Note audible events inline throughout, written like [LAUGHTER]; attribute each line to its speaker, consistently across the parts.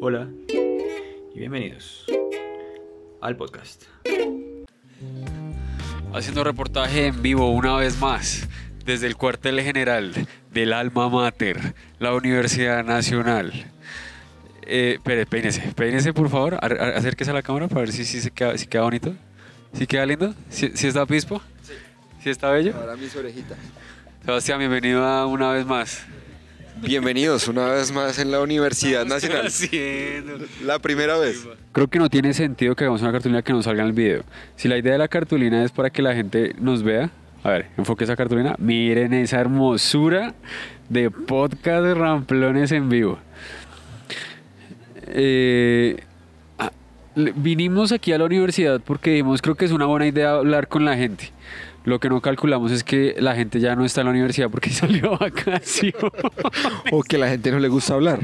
Speaker 1: Hola y bienvenidos al podcast.
Speaker 2: haciendo reportaje en vivo una vez más desde el cuartel general del Alma Mater, la Universidad Nacional. Eh, espere, peínese, peínese por favor, ar- ar- acérquese a la cámara para ver si, si, se queda, si queda bonito, si queda lindo, si, si está pispo, si está bello.
Speaker 3: Ahora mis orejitas.
Speaker 2: Sebastián, bienvenido a una vez más.
Speaker 3: Bienvenidos una vez más en la Universidad
Speaker 2: [LAUGHS]
Speaker 3: Nacional.
Speaker 2: Haciendo.
Speaker 3: La primera vez.
Speaker 2: Creo que no tiene sentido que hagamos una cartulina que no salga en el video. Si la idea de la cartulina es para que la gente nos vea, a ver, enfoque esa cartulina. Miren esa hermosura de podcast de Ramplones en vivo. Eh, ah, le- vinimos aquí a la universidad porque dijimos, creo que es una buena idea hablar con la gente. Lo que no calculamos es que la gente ya no está en la universidad porque [LAUGHS] salió a vacaciones.
Speaker 3: O que la gente no le gusta hablar.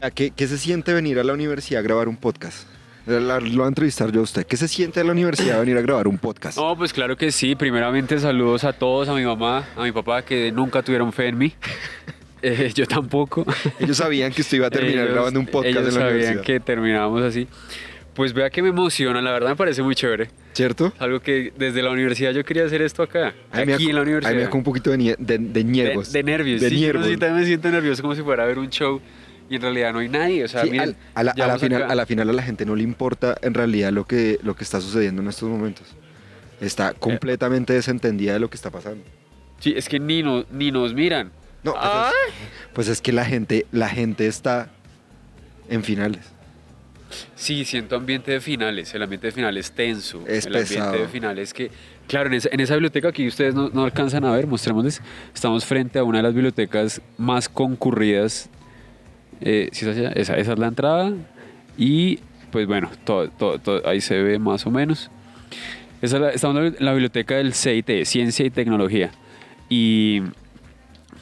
Speaker 3: ¿A Ah, qué, qué se siente venir a la universidad a grabar un podcast? La- la- lo voy a entrevistar yo a usted. ¿Qué se siente a la universidad venir a grabar un podcast?
Speaker 2: No, pues claro que sí. Primeramente saludos a todos, a mi mamá, a mi papá, que nunca tuvieron fe en mí. [LAUGHS] Eh, yo tampoco.
Speaker 3: Ellos sabían que usted iba a terminar
Speaker 2: Ellos-
Speaker 3: grabando un podcast
Speaker 2: ellos
Speaker 3: en la
Speaker 2: sabían
Speaker 3: universidad.
Speaker 2: que terminábamos así. Pues vea que me emociona, la verdad me parece muy chévere.
Speaker 3: ¿Cierto?
Speaker 2: Algo que desde la universidad yo quería hacer esto acá,
Speaker 3: Ahí me
Speaker 2: aquí
Speaker 3: da-
Speaker 2: en la universidad.
Speaker 3: Ahí me da como un poquito de, nie- de, de
Speaker 2: de,
Speaker 3: ñergos.
Speaker 2: de nervios.
Speaker 3: De
Speaker 2: sí, yo no
Speaker 3: ñergos.
Speaker 2: sé, también me siento nervioso como si fuera a ver un show y en realidad no hay nadie. O sea,
Speaker 3: Sí,
Speaker 2: miren,
Speaker 3: al- a, la, a la
Speaker 2: llevamos
Speaker 3: final,
Speaker 2: acá-
Speaker 3: a la final a la gente no le importa en realidad lo que, lo que está sucediendo en estos momentos. Está
Speaker 2: Eh.
Speaker 3: completamente desentendida de lo que está pasando.
Speaker 2: Sí, es que ni, no- ni nos miran.
Speaker 3: No, pues es, pues es que la gente, la gente está en finales.
Speaker 2: Sí, siento ambiente de finales, el ambiente de finales tenso,
Speaker 3: Es
Speaker 2: el
Speaker 3: pesado.
Speaker 2: ambiente de finales que, claro, en esa, en esa biblioteca que ustedes no, no alcanzan a ver, mostrémosles, estamos frente a una de las bibliotecas más concurridas, eh, ¿sí es hacia allá? esa, esa es la entrada, y pues bueno, todo, todo- todo- ahí se ve más o menos. Esa es la- estamos en la- en la biblioteca del CIT, Ciencia y Tecnología, y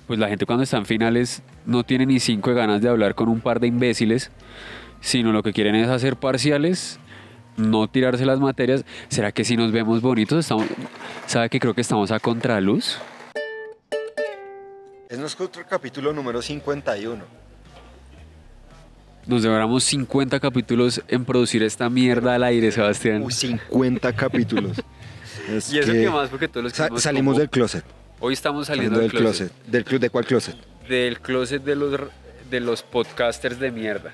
Speaker 2: pues la gente cuando está en finales no tiene ni cinco de ganas de hablar con un par de imbéciles, sino lo que quieren es hacer parciales, no tirarse las materias. ¿Será que si nos vemos bonitos estamos... ¿Sabe que creo que estamos a contraluz?
Speaker 3: Es nuestro capítulo número 51.
Speaker 2: Nos demoramos 50 capítulos en producir esta mierda al aire, Sebastián.
Speaker 3: Uy, 50
Speaker 2: [LAUGHS]
Speaker 3: capítulos. Es
Speaker 2: Y eso
Speaker 3: que-
Speaker 2: que más, porque todos los que
Speaker 3: Sa-
Speaker 2: somos
Speaker 3: salimos
Speaker 2: como-
Speaker 3: del closet.
Speaker 2: Hoy estamos saliendo,
Speaker 3: Saliendo del closet. Del club, ¿De cuál closet?
Speaker 2: Del closet de los, r- de los podcasters de mierda.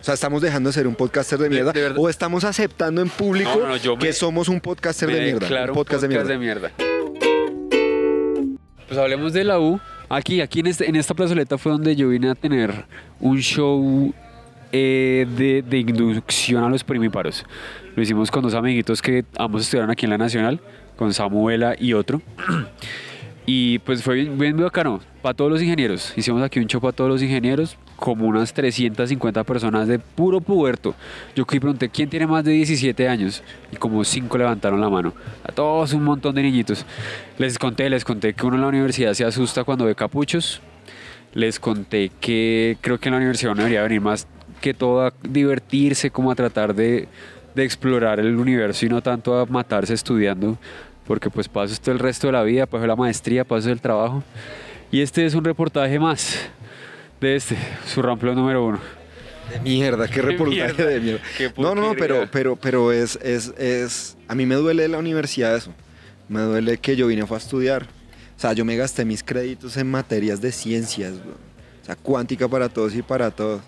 Speaker 3: O sea, estamos dejando de ser un podcaster de
Speaker 2: De-
Speaker 3: mierda.
Speaker 2: de verdad.
Speaker 3: o estamos aceptando en público
Speaker 2: No, no, no, yo me-
Speaker 3: que somos un podcaster de
Speaker 2: Me
Speaker 3: mierda.
Speaker 2: declaro
Speaker 3: un podcast, de mierda.
Speaker 2: Pues hablemos de la U. Aquí, aquí en, este- en esta plazoleta fue donde yo vine a tener un show eh, de, de inducción a los primíparos. Lo hicimos con dos amiguitos que ambos estudiaron aquí en la Nacional, con Samuela y otro. Y pues fue bien, bien bacano, para todos los ingenieros. Hicimos aquí un show para todos los ingenieros, como unas 350 personas de puro puerto. Yo fui y pregunté, ¿quién tiene más de 17 años? Y como 5 levantaron la mano. A todos un montón de niñitos. Les conté, les conté que uno en la universidad se asusta cuando ve capuchos. Les conté que creo que en la universidad uno debería venir más que todo a divertirse, como a tratar de, de explorar el universo y no tanto a matarse estudiando, porque pues paso esto el resto de la vida, paso la maestría, paso el trabajo. Y este es un reportaje más de este, su ramplón número uno.
Speaker 3: De mierda, qué reportaje
Speaker 2: mierda,
Speaker 3: de mierda.
Speaker 2: qué
Speaker 3: No, no, no,
Speaker 2: porquería.
Speaker 3: pero, pero, pero es, es, es. A mí me duele la universidad eso. Me duele que yo vine fue a estudiar. O sea, yo me gasté mis créditos en materias de ciencias, weón. O sea, cuántica para todos y para todos.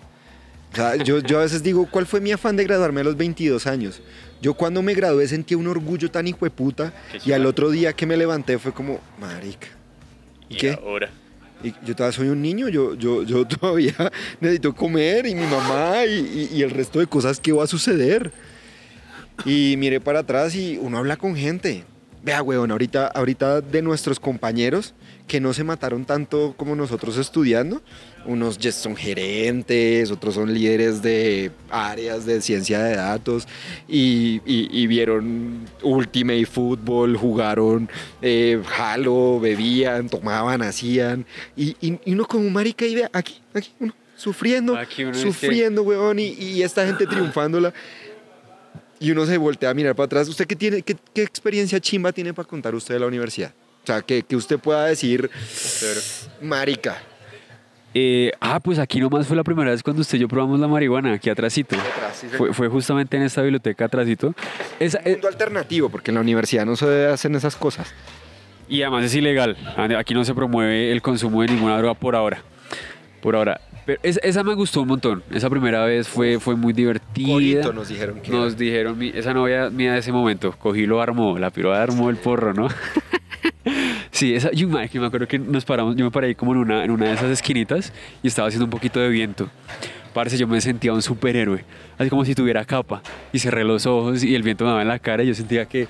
Speaker 3: O sea, yo, yo a veces digo, ¿cuál fue mi afán de graduarme a los 22 años? Yo cuando me gradué sentí un orgullo tan hijo de puta y al otro día que me levanté fue como, marica. ¿Y, qué? Y yo todavía soy un niño, yo, yo, yo [LAUGHS] todavía necesito comer y mi mamá y, y- y el resto de cosas que va a suceder. Y miré para atrás y uno habla con gente. Vea, weón, ahorita, ahorita de nuestros compañeros que no se mataron tanto como nosotros estudiando, unos ya son gerentes, otros son líderes de áreas de ciencia de datos y, y- y vieron Ultimate Fútbol, jugaron eh, Halo, bebían, tomaban, hacían. Y, y- y uno como marica y vea, aquí, aquí, uno sufriendo,
Speaker 2: Aquí uno dice-
Speaker 3: sufriendo, weón, y, y esta gente triunfándola. Y uno se voltea a mirar para atrás. ¿Usted qué, tiene, qué, qué experiencia chimba tiene para contar usted de la universidad? O sea, que, que usted pueda decir, marica,
Speaker 2: Eh, ah, pues aquí nomás fue la primera vez cuando usted y yo probamos la marihuana, aquí atrásito.
Speaker 3: Atrás, sí, señor.
Speaker 2: Fue, fue justamente en esta biblioteca atrásito. Esa- eh,
Speaker 3: Mundo alternativo, porque en la universidad no se hacen esas cosas.
Speaker 2: y además es ilegal. Aquí no se promueve el consumo de ninguna droga por ahora. Por ahora. Pero es- esa me gustó un montón. Esa primera vez fue, fue muy divertida.
Speaker 3: Corito nos dijeron que
Speaker 2: Nos dijeron, mi- esa novia mía de ese momento, cogí lo armó, la piroa armó el porro, ¿no? sí, esa, yo ma, que me acuerdo que nos paramos, yo me paré ahí como en una, en una de esas esquinitas y estaba haciendo un poquito de viento. Parece, yo me sentía un superhéroe, así como si tuviera capa. Y cerré los ojos y el viento me daba en la cara y yo sentía que,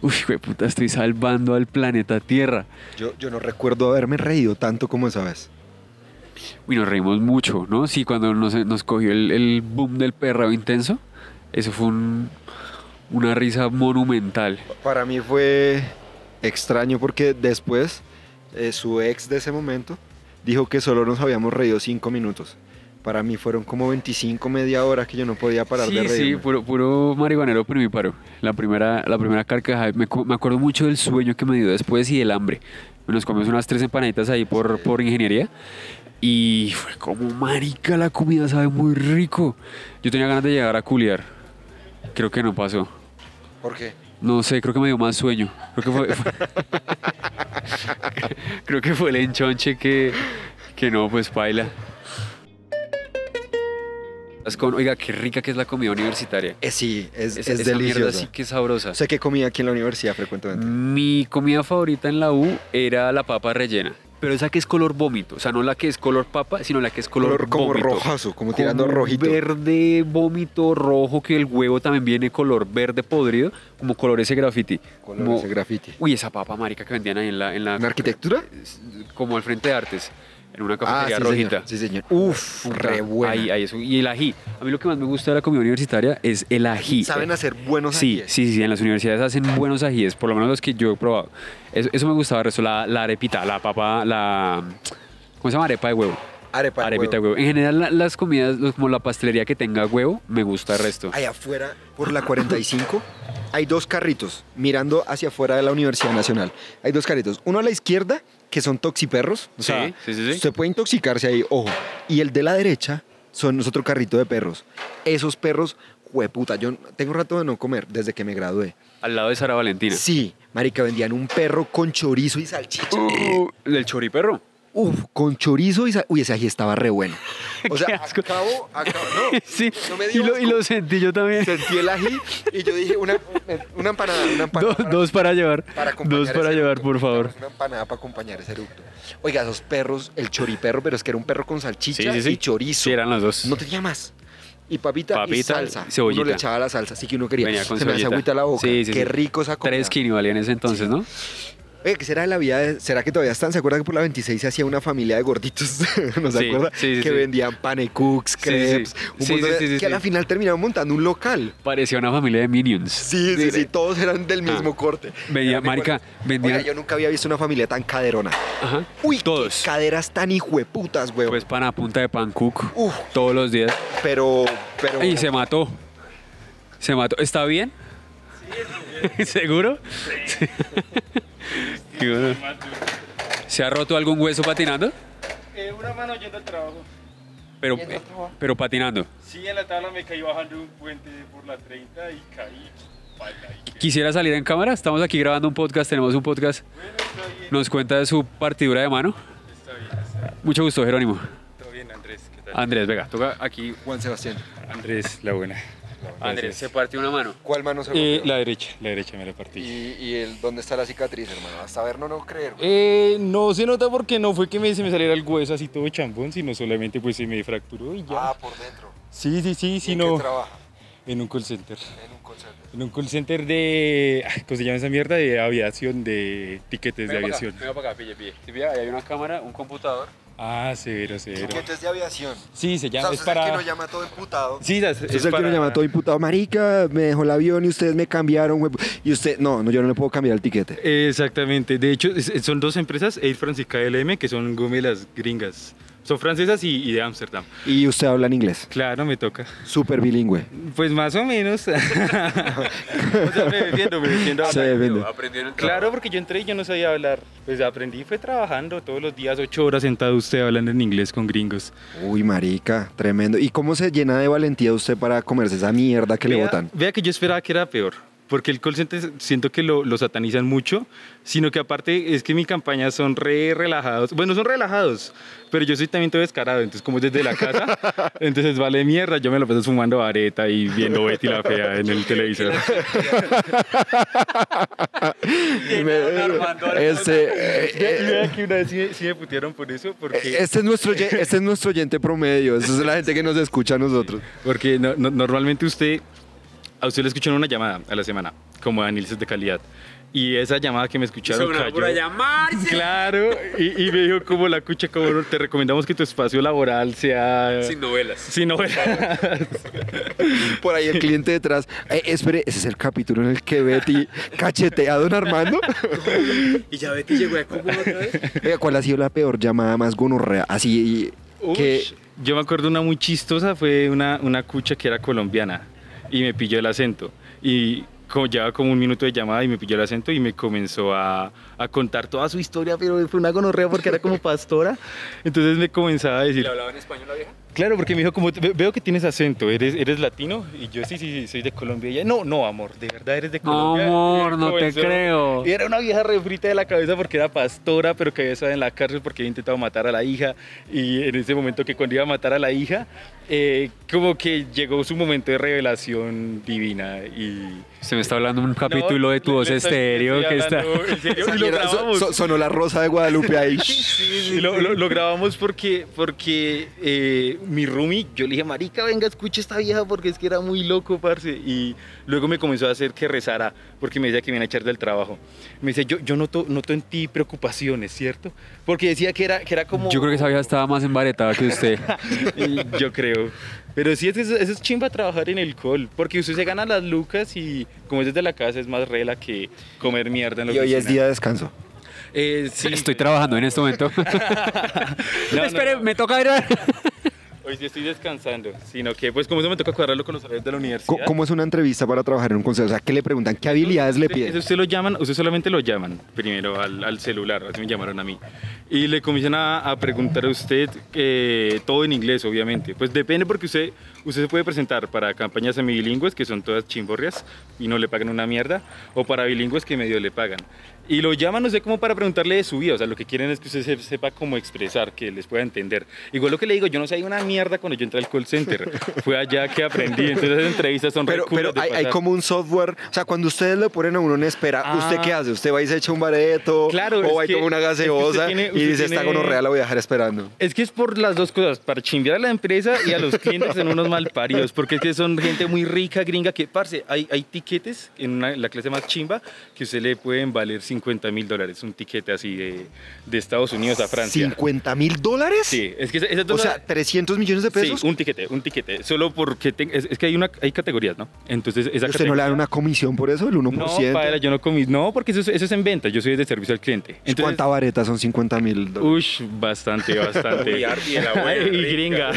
Speaker 2: uy, güey, puta, estoy salvando al planeta Tierra.
Speaker 3: yo, yo no recuerdo haberme reído tanto como esa vez.
Speaker 2: Y nos reímos mucho, ¿no? Sí, cuando nos, nos cogió el, el boom del perreo intenso, eso fue un- una risa monumental.
Speaker 3: Para mí fue extraño porque después eh, su ex de ese momento dijo que solo nos habíamos reído cinco minutos. Para mí fueron como 25, media hora que yo no podía parar
Speaker 2: sí,
Speaker 3: de reír.
Speaker 2: Sí, puro, puro marihuanero primiparo. La primera, la primera carcajada. Me, acu- me acuerdo mucho del sueño que me dio después y del hambre. Nos comimos unas tres empanaditas ahí por, por ingeniería. Y fue como, marica, la comida sabe muy rico. Yo tenía ganas de llegar a culiar. Creo que no pasó.
Speaker 3: ¿Por qué?
Speaker 2: No sé, creo que me dio más sueño. Creo que fue. fue- creo que fue el enchonche que, que no, pues paila. Estás con- Oiga, qué rica que es la comida universitaria.
Speaker 3: Eh, sí, es, es,
Speaker 2: Esa- esa mierda
Speaker 3: deliciosa.
Speaker 2: sí que Mm, es sabrosa.
Speaker 3: Sé que comía aquí en la universidad frecuentemente.
Speaker 2: Mi comida favorita en la U era la papa rellena. Pero esa que es color vómito. O sea, no la que es color papa, sino la que es color,
Speaker 3: Color como
Speaker 2: vómito.
Speaker 3: rojazo, como tirando a rojito.
Speaker 2: Verde, vómito, rojo, que el huevo también viene color verde podrido, como color ese graffiti.
Speaker 3: Color
Speaker 2: Como-
Speaker 3: ese graffiti.
Speaker 2: Uy, esa papa marica que vendían ahí en la... En la
Speaker 3: ¿En arquitectura?
Speaker 2: Como al frente de artes, en una
Speaker 3: Ah,
Speaker 2: cafetería
Speaker 3: sí,
Speaker 2: rojita.
Speaker 3: señor. Sí, señor.
Speaker 2: Uf,
Speaker 3: Re
Speaker 2: puta,
Speaker 3: buena.
Speaker 2: Ahí, ahí eso. Y el ají. A mí lo que más me gusta de la comida universitaria es el ají.
Speaker 3: Saben hacer buenos
Speaker 2: Sí,
Speaker 3: ajíes.
Speaker 2: sí, sí, en las universidades hacen buenos ajíes, por lo menos los que yo he probado. Eso, eso me gustaba, el resto, la, la arepita, la papa, la... ¿Cómo se llama? Arepa de huevo.
Speaker 3: Arepa de
Speaker 2: Arepita de
Speaker 3: huevo.
Speaker 2: huevo. En general, la- las comidas, los- como la pastelería que tenga huevo, me gusta el resto.
Speaker 3: Allá afuera, por la 45, hay dos carritos mirando hacia afuera de la Universidad Nacional. Hay dos carritos. Uno a la izquierda, que son toxiperros. O
Speaker 2: Sí,
Speaker 3: sea,
Speaker 2: sí, sí, sí.
Speaker 3: Usted puede intoxicarse ahí, ojo. Y el de la derecha son otro carrito de perros. Esos perros, hueputa, yo tengo rato de no comer desde que me gradué.
Speaker 2: Al lado de Sara Valentina.
Speaker 3: Sí, marica, vendían un perro con chorizo y salchicha.
Speaker 2: Uh, del
Speaker 3: [LAUGHS]
Speaker 2: choriperro.
Speaker 3: Uf, con chorizo y salchicha. Uy, ese ají estaba
Speaker 2: [LAUGHS]
Speaker 3: re bueno. O sea,
Speaker 2: Qué asco.
Speaker 3: acabo, acabo, no,
Speaker 2: [LAUGHS] Sí,
Speaker 3: no me
Speaker 2: y,
Speaker 3: dio
Speaker 2: lo, y
Speaker 3: asco.
Speaker 2: lo sentí yo también. [LAUGHS]
Speaker 3: sentí el ají y yo dije una, una empanada, una empanada.
Speaker 2: Dos, dos para llevar.
Speaker 3: para acompañar
Speaker 2: dos para
Speaker 3: ese
Speaker 2: llevar,
Speaker 3: eructo.
Speaker 2: por favor.
Speaker 3: Una empanada para acompañar ese eructo. Oiga, esos perros, el choriperro, pero es que era un perro con salchicha y chorizo.
Speaker 2: Sí, eran los dos.
Speaker 3: No tenía más. Y papita, y
Speaker 2: Papita,
Speaker 3: salsa.
Speaker 2: cebollita.
Speaker 3: Uno le echaba la salsa, así que uno quería.
Speaker 2: Venía con
Speaker 3: Se me hace
Speaker 2: cebollita.
Speaker 3: agüita la boca.
Speaker 2: Sí, sí,
Speaker 3: Qué
Speaker 2: sí.
Speaker 3: rico esa comida.
Speaker 2: Tres kini valían ese entonces, ¿no?
Speaker 3: Oye, ¿qué será de la vida? de- ¿Será que todavía están? ¿Se acuerda que por la 26 se hacía una familia de gorditos? [LAUGHS] ¿No se
Speaker 2: Sí,
Speaker 3: acuerda?
Speaker 2: sí, sí,
Speaker 3: que
Speaker 2: sí.
Speaker 3: vendían
Speaker 2: Sí,
Speaker 3: panecuks,
Speaker 2: sí, sí.
Speaker 3: crepes, un
Speaker 2: Sí,
Speaker 3: montón
Speaker 2: sí,
Speaker 3: de-
Speaker 2: sí, sí,
Speaker 3: que a la
Speaker 2: sí.
Speaker 3: final terminaron montando un local.
Speaker 2: Parecía una familia de minions.
Speaker 3: Sí, sí, sí, todos eran del mismo
Speaker 2: Ah.
Speaker 3: corte.
Speaker 2: Venía,
Speaker 3: Eran iguales.
Speaker 2: marica, vendía-
Speaker 3: Oiga, yo nunca había visto una familia tan caderona.
Speaker 2: Ajá.
Speaker 3: Uy,
Speaker 2: todos.
Speaker 3: qué caderas tan hijueputas, güey.
Speaker 2: Pues pan a punta de pan cook.
Speaker 3: Uf.
Speaker 2: Todos los días.
Speaker 3: pero, pero.
Speaker 2: Y se mató. Se mató. ¿Está bien? [LAUGHS] ¿Seguro? Sí. Qué bueno. ¿Se ha roto algún hueso patinando?
Speaker 4: Eh, una mano yendo al trabajo.
Speaker 2: Pero, eh, pero patinando.
Speaker 4: Sí, en la tabla me caí bajando de un puente por la 30 y caí. Baila, y que-
Speaker 2: Quisiera salir en cámara. Estamos aquí grabando un podcast. Tenemos un podcast.
Speaker 4: Bueno, está bien,
Speaker 2: Nos cuenta de su partidura de mano.
Speaker 4: está bien, está bien.
Speaker 2: Mucho gusto, Jerónimo.
Speaker 4: Todo bien, Andrés, ¿qué tal?
Speaker 2: Andrés, venga, toca aquí.
Speaker 3: Juan Sebastián,
Speaker 4: Andrés, la buena.
Speaker 2: Andrés, se partió una mano.
Speaker 3: ¿cuál mano se
Speaker 4: Eh,
Speaker 3: rompió?
Speaker 4: la derecha, la derecha me la partí.
Speaker 3: Y, y el, ¿dónde está la cicatriz, hermano? Hasta ver, no, no creer. güey.
Speaker 4: Eh, no se nota porque no fue que me, se me saliera el hueso así todo chambón, sino solamente pues se me fracturó y ya.
Speaker 3: Ah, por dentro.
Speaker 4: sí, sí, sí,
Speaker 3: ¿Y en
Speaker 4: sino
Speaker 3: qué trabaja?
Speaker 4: en un call center.
Speaker 3: En un concepto.
Speaker 4: En un call center de, ah, ¿cómo se llama esa mierda? De aviación, de tiquetes de aviación.
Speaker 2: Venga para acá, pille, pille. Sí, pilla, ahí hay una cámara, un computador.
Speaker 4: Ah, severo, severo.
Speaker 3: Tiquetes de aviación.
Speaker 4: Sí, se
Speaker 3: O
Speaker 4: llama,
Speaker 3: sea,
Speaker 4: es
Speaker 3: usted es el
Speaker 4: para...
Speaker 3: que nos llama todo emputado.
Speaker 4: Sí, es,
Speaker 3: Usted es el que me llama todo imputado, marica, me dejó el avión y ustedes me cambiaron, güey. Y usted, no, no, yo no le puedo cambiar el tiquete.
Speaker 4: Exactamente. De hecho, es- son dos empresas, Air France y KLM, que son gomelas gringas. Son francesas y, y de Ámsterdam.
Speaker 3: Y usted habla en inglés.
Speaker 4: Claro, me toca.
Speaker 3: Súper bilingüe.
Speaker 4: Pues más o menos. [LAUGHS] o sea, me defiendo, me defiendo.
Speaker 3: Se defiende.
Speaker 2: Aprendieron
Speaker 4: Claro, porque yo entré y yo no sabía hablar. Pues aprendí, fue trabajando todos los días, ocho horas sentado usted hablando en inglés con gringos.
Speaker 3: Uy, marica, tremendo. ¿Y cómo se llena de valentía usted para comerse esa mierda que le
Speaker 4: Vea- [LAUGHS]
Speaker 3: botan?
Speaker 4: Vea que yo esperaba que era peor, porque el call center siento que lo, lo satanizan mucho, sino que aparte es que mi campaña son re relajados. Bueno, son relajados, pero yo soy también todo descarado, entonces como es desde la casa,
Speaker 3: [LAUGHS]
Speaker 4: entonces vale mierda, yo me lo paso fumando vareta y viendo Betty la fea en el [LAUGHS] televisor.
Speaker 3: Este, eh, eh,
Speaker 4: Vea que una vez sí, sí me putearon por eso, porque...
Speaker 3: este, es nuestro, oye- este es nuestro oyente promedio. Esa es la gente que nos escucha a nosotros.
Speaker 4: Porque no- no- normalmente usted, a usted le escucharon una llamada a la semana, como a análisis de calidad. Y esa llamada que me escucharon
Speaker 2: Sobre
Speaker 4: cayó.
Speaker 2: por llamarse.
Speaker 4: Claro, y, y me dijo como la cucha, como "No, te recomendamos que tu espacio laboral sea...
Speaker 2: Sin novelas.
Speaker 4: sin novela.
Speaker 3: Por ahí el cliente detrás. Eh, espere, ese es el capítulo en el que Betty cachetea a don Armando.
Speaker 2: Y ya Betty llegó a como otra vez.
Speaker 3: Oiga, ¿cuál ha sido la peor llamada más gonorrea? Así que.
Speaker 4: Ush, Yo me acuerdo una muy chistosa, fue una, una cucha que era colombiana y me pilló el acento. Y como llevaba como un minuto de llamada y me pilló el acento y me comenzó a, a contar toda su historia, pero fue una gonorrea porque era como pastora. Entonces me comenzaba a decir...
Speaker 2: hablaba en español la vieja?
Speaker 4: Claro, porque me dijo, como "Ve- veo que tienes acento, ¿eres, eres latino? Y yo sí, sí, sí, soy de Colombia. Y ella, no, no, amor, de verdad eres de
Speaker 2: No,
Speaker 4: Colombia.
Speaker 2: amor,
Speaker 4: Y
Speaker 2: no te
Speaker 4: comenzó-
Speaker 2: creo.
Speaker 4: Y era una vieja refrita de la cabeza porque era pastora, pero que había estado en la cárcel porque había intentado matar a la hija. Y en ese momento que cuando iba a matar a la hija, eh, como que llegó su momento de revelación divina. Y...
Speaker 2: Se me está hablando un capítulo de tu
Speaker 4: No,
Speaker 2: voz
Speaker 4: le- le estoy-
Speaker 2: estéreo
Speaker 4: le
Speaker 2: que está.
Speaker 4: estoy hablando en
Speaker 2: [LAUGHS]
Speaker 4: serio, y lo
Speaker 3: Mira, so-
Speaker 4: grabamos.
Speaker 3: so- sonó la rosa de Guadalupe
Speaker 4: [LAUGHS]
Speaker 3: ahí.
Speaker 4: Y lo, lo- lo grabamos porque, porque eh, mi roomie, yo le dije, marica, venga, escucha esta vieja porque es que era muy loco, parce. Y luego me comenzó a hacer que rezara porque me decía que me iban a echar del trabajo. Me dice, yo, yo noto, noto en ti preocupaciones, ¿cierto? Porque decía que era, que era como...
Speaker 2: Yo creo que esa
Speaker 4: [LAUGHS]
Speaker 2: vieja estaba más embaretada que [LAUGHS] usted.
Speaker 4: Y yo creo. Pero sí, eso, es- eso es chimba trabajar en el call, porque usted se gana las lucas y como es desde la casa es más rela que comer mierda en la
Speaker 3: Y hoy es
Speaker 4: oficina.
Speaker 3: día de descanso.
Speaker 4: Eh, sí.
Speaker 2: Estoy trabajando en este [LAUGHS] momento.
Speaker 4: No, no,
Speaker 2: Espere,
Speaker 4: no.
Speaker 2: me toca ir a...
Speaker 4: Hoy sí estoy descansando, sino que pues como eso me toca cuadrarlo con los horarios de la
Speaker 3: Co-
Speaker 4: universidad.
Speaker 3: ¿Cómo es una entrevista para trabajar en un consejo? O sea, ¿qué le preguntan? ¿Qué habilidades le
Speaker 4: Eso
Speaker 3: piden?
Speaker 4: usted lo llaman, usted solamente lo llaman primero al, al celular, así me llamaron a mí. Y le comienzan a, a preguntar a usted eh, todo en inglés, obviamente. Pues depende porque usted, usted se puede presentar para campañas semilingües, que son todas chimborrias y no le pagan una mierda, o para bilingües que medio le pagan. Y lo llaman, no sé, como para preguntarle de su vida. O sea, lo que quieren es que usted se- sepa cómo expresar, que les pueda entender. Igual lo que le digo, yo no sabía una mierda cuando yo entré al call center. [LAUGHS] Fue allá que aprendí. Entonces, esas entrevistas son re
Speaker 3: Pero,
Speaker 4: culas
Speaker 3: pero
Speaker 4: de
Speaker 3: hay, hay
Speaker 4: pasar.
Speaker 3: como un software, o sea, cuando ustedes le ponen a uno en espera,
Speaker 4: Ah.
Speaker 3: ¿usted qué hace? ¿Usted va y se echa un bareto?
Speaker 4: Claro, es
Speaker 3: ¿O va y
Speaker 4: que-
Speaker 3: toma una
Speaker 4: es que usted
Speaker 3: gaseosa
Speaker 4: tiene-
Speaker 3: y
Speaker 4: usted
Speaker 3: dice, está
Speaker 4: tiene-
Speaker 3: gonorrea, la voy a dejar esperando?
Speaker 4: Es que es por las dos cosas, para chimbear a la empresa y a los clientes en unos malparidos, porque es que son gente muy rica, gringa, que, parce, hay, hay tiquetes en, una- en la clase más chimba que usted le pueden valer 50 mil dólares, un tiquete así de, de Estados Unidos a Francia.
Speaker 3: ¿50 mil dólares?
Speaker 4: Sí, es que esa- esas
Speaker 3: O
Speaker 4: dos-
Speaker 3: sea, 300 millones de
Speaker 4: Sí,
Speaker 3: pesos.
Speaker 4: un tiquete, un tiquete, solo porque te- es, es que hay, una, hay categorías, ¿no? Entonces,
Speaker 3: ¿Usted no
Speaker 4: esa
Speaker 3: le
Speaker 4: categoría-
Speaker 3: dan una comisión por eso? ¿El 1%?
Speaker 4: No, paila, yo no comí. No, porque eso, es- eso es en venta, yo soy de servicio al cliente. Entonces,
Speaker 3: ¿Cuánta vareta son 50 mil dólares?
Speaker 4: Ush, bastante, bastante.
Speaker 2: Uy, Arby,
Speaker 4: [LAUGHS]
Speaker 2: la buena,
Speaker 4: y
Speaker 2: rica.
Speaker 4: gringa.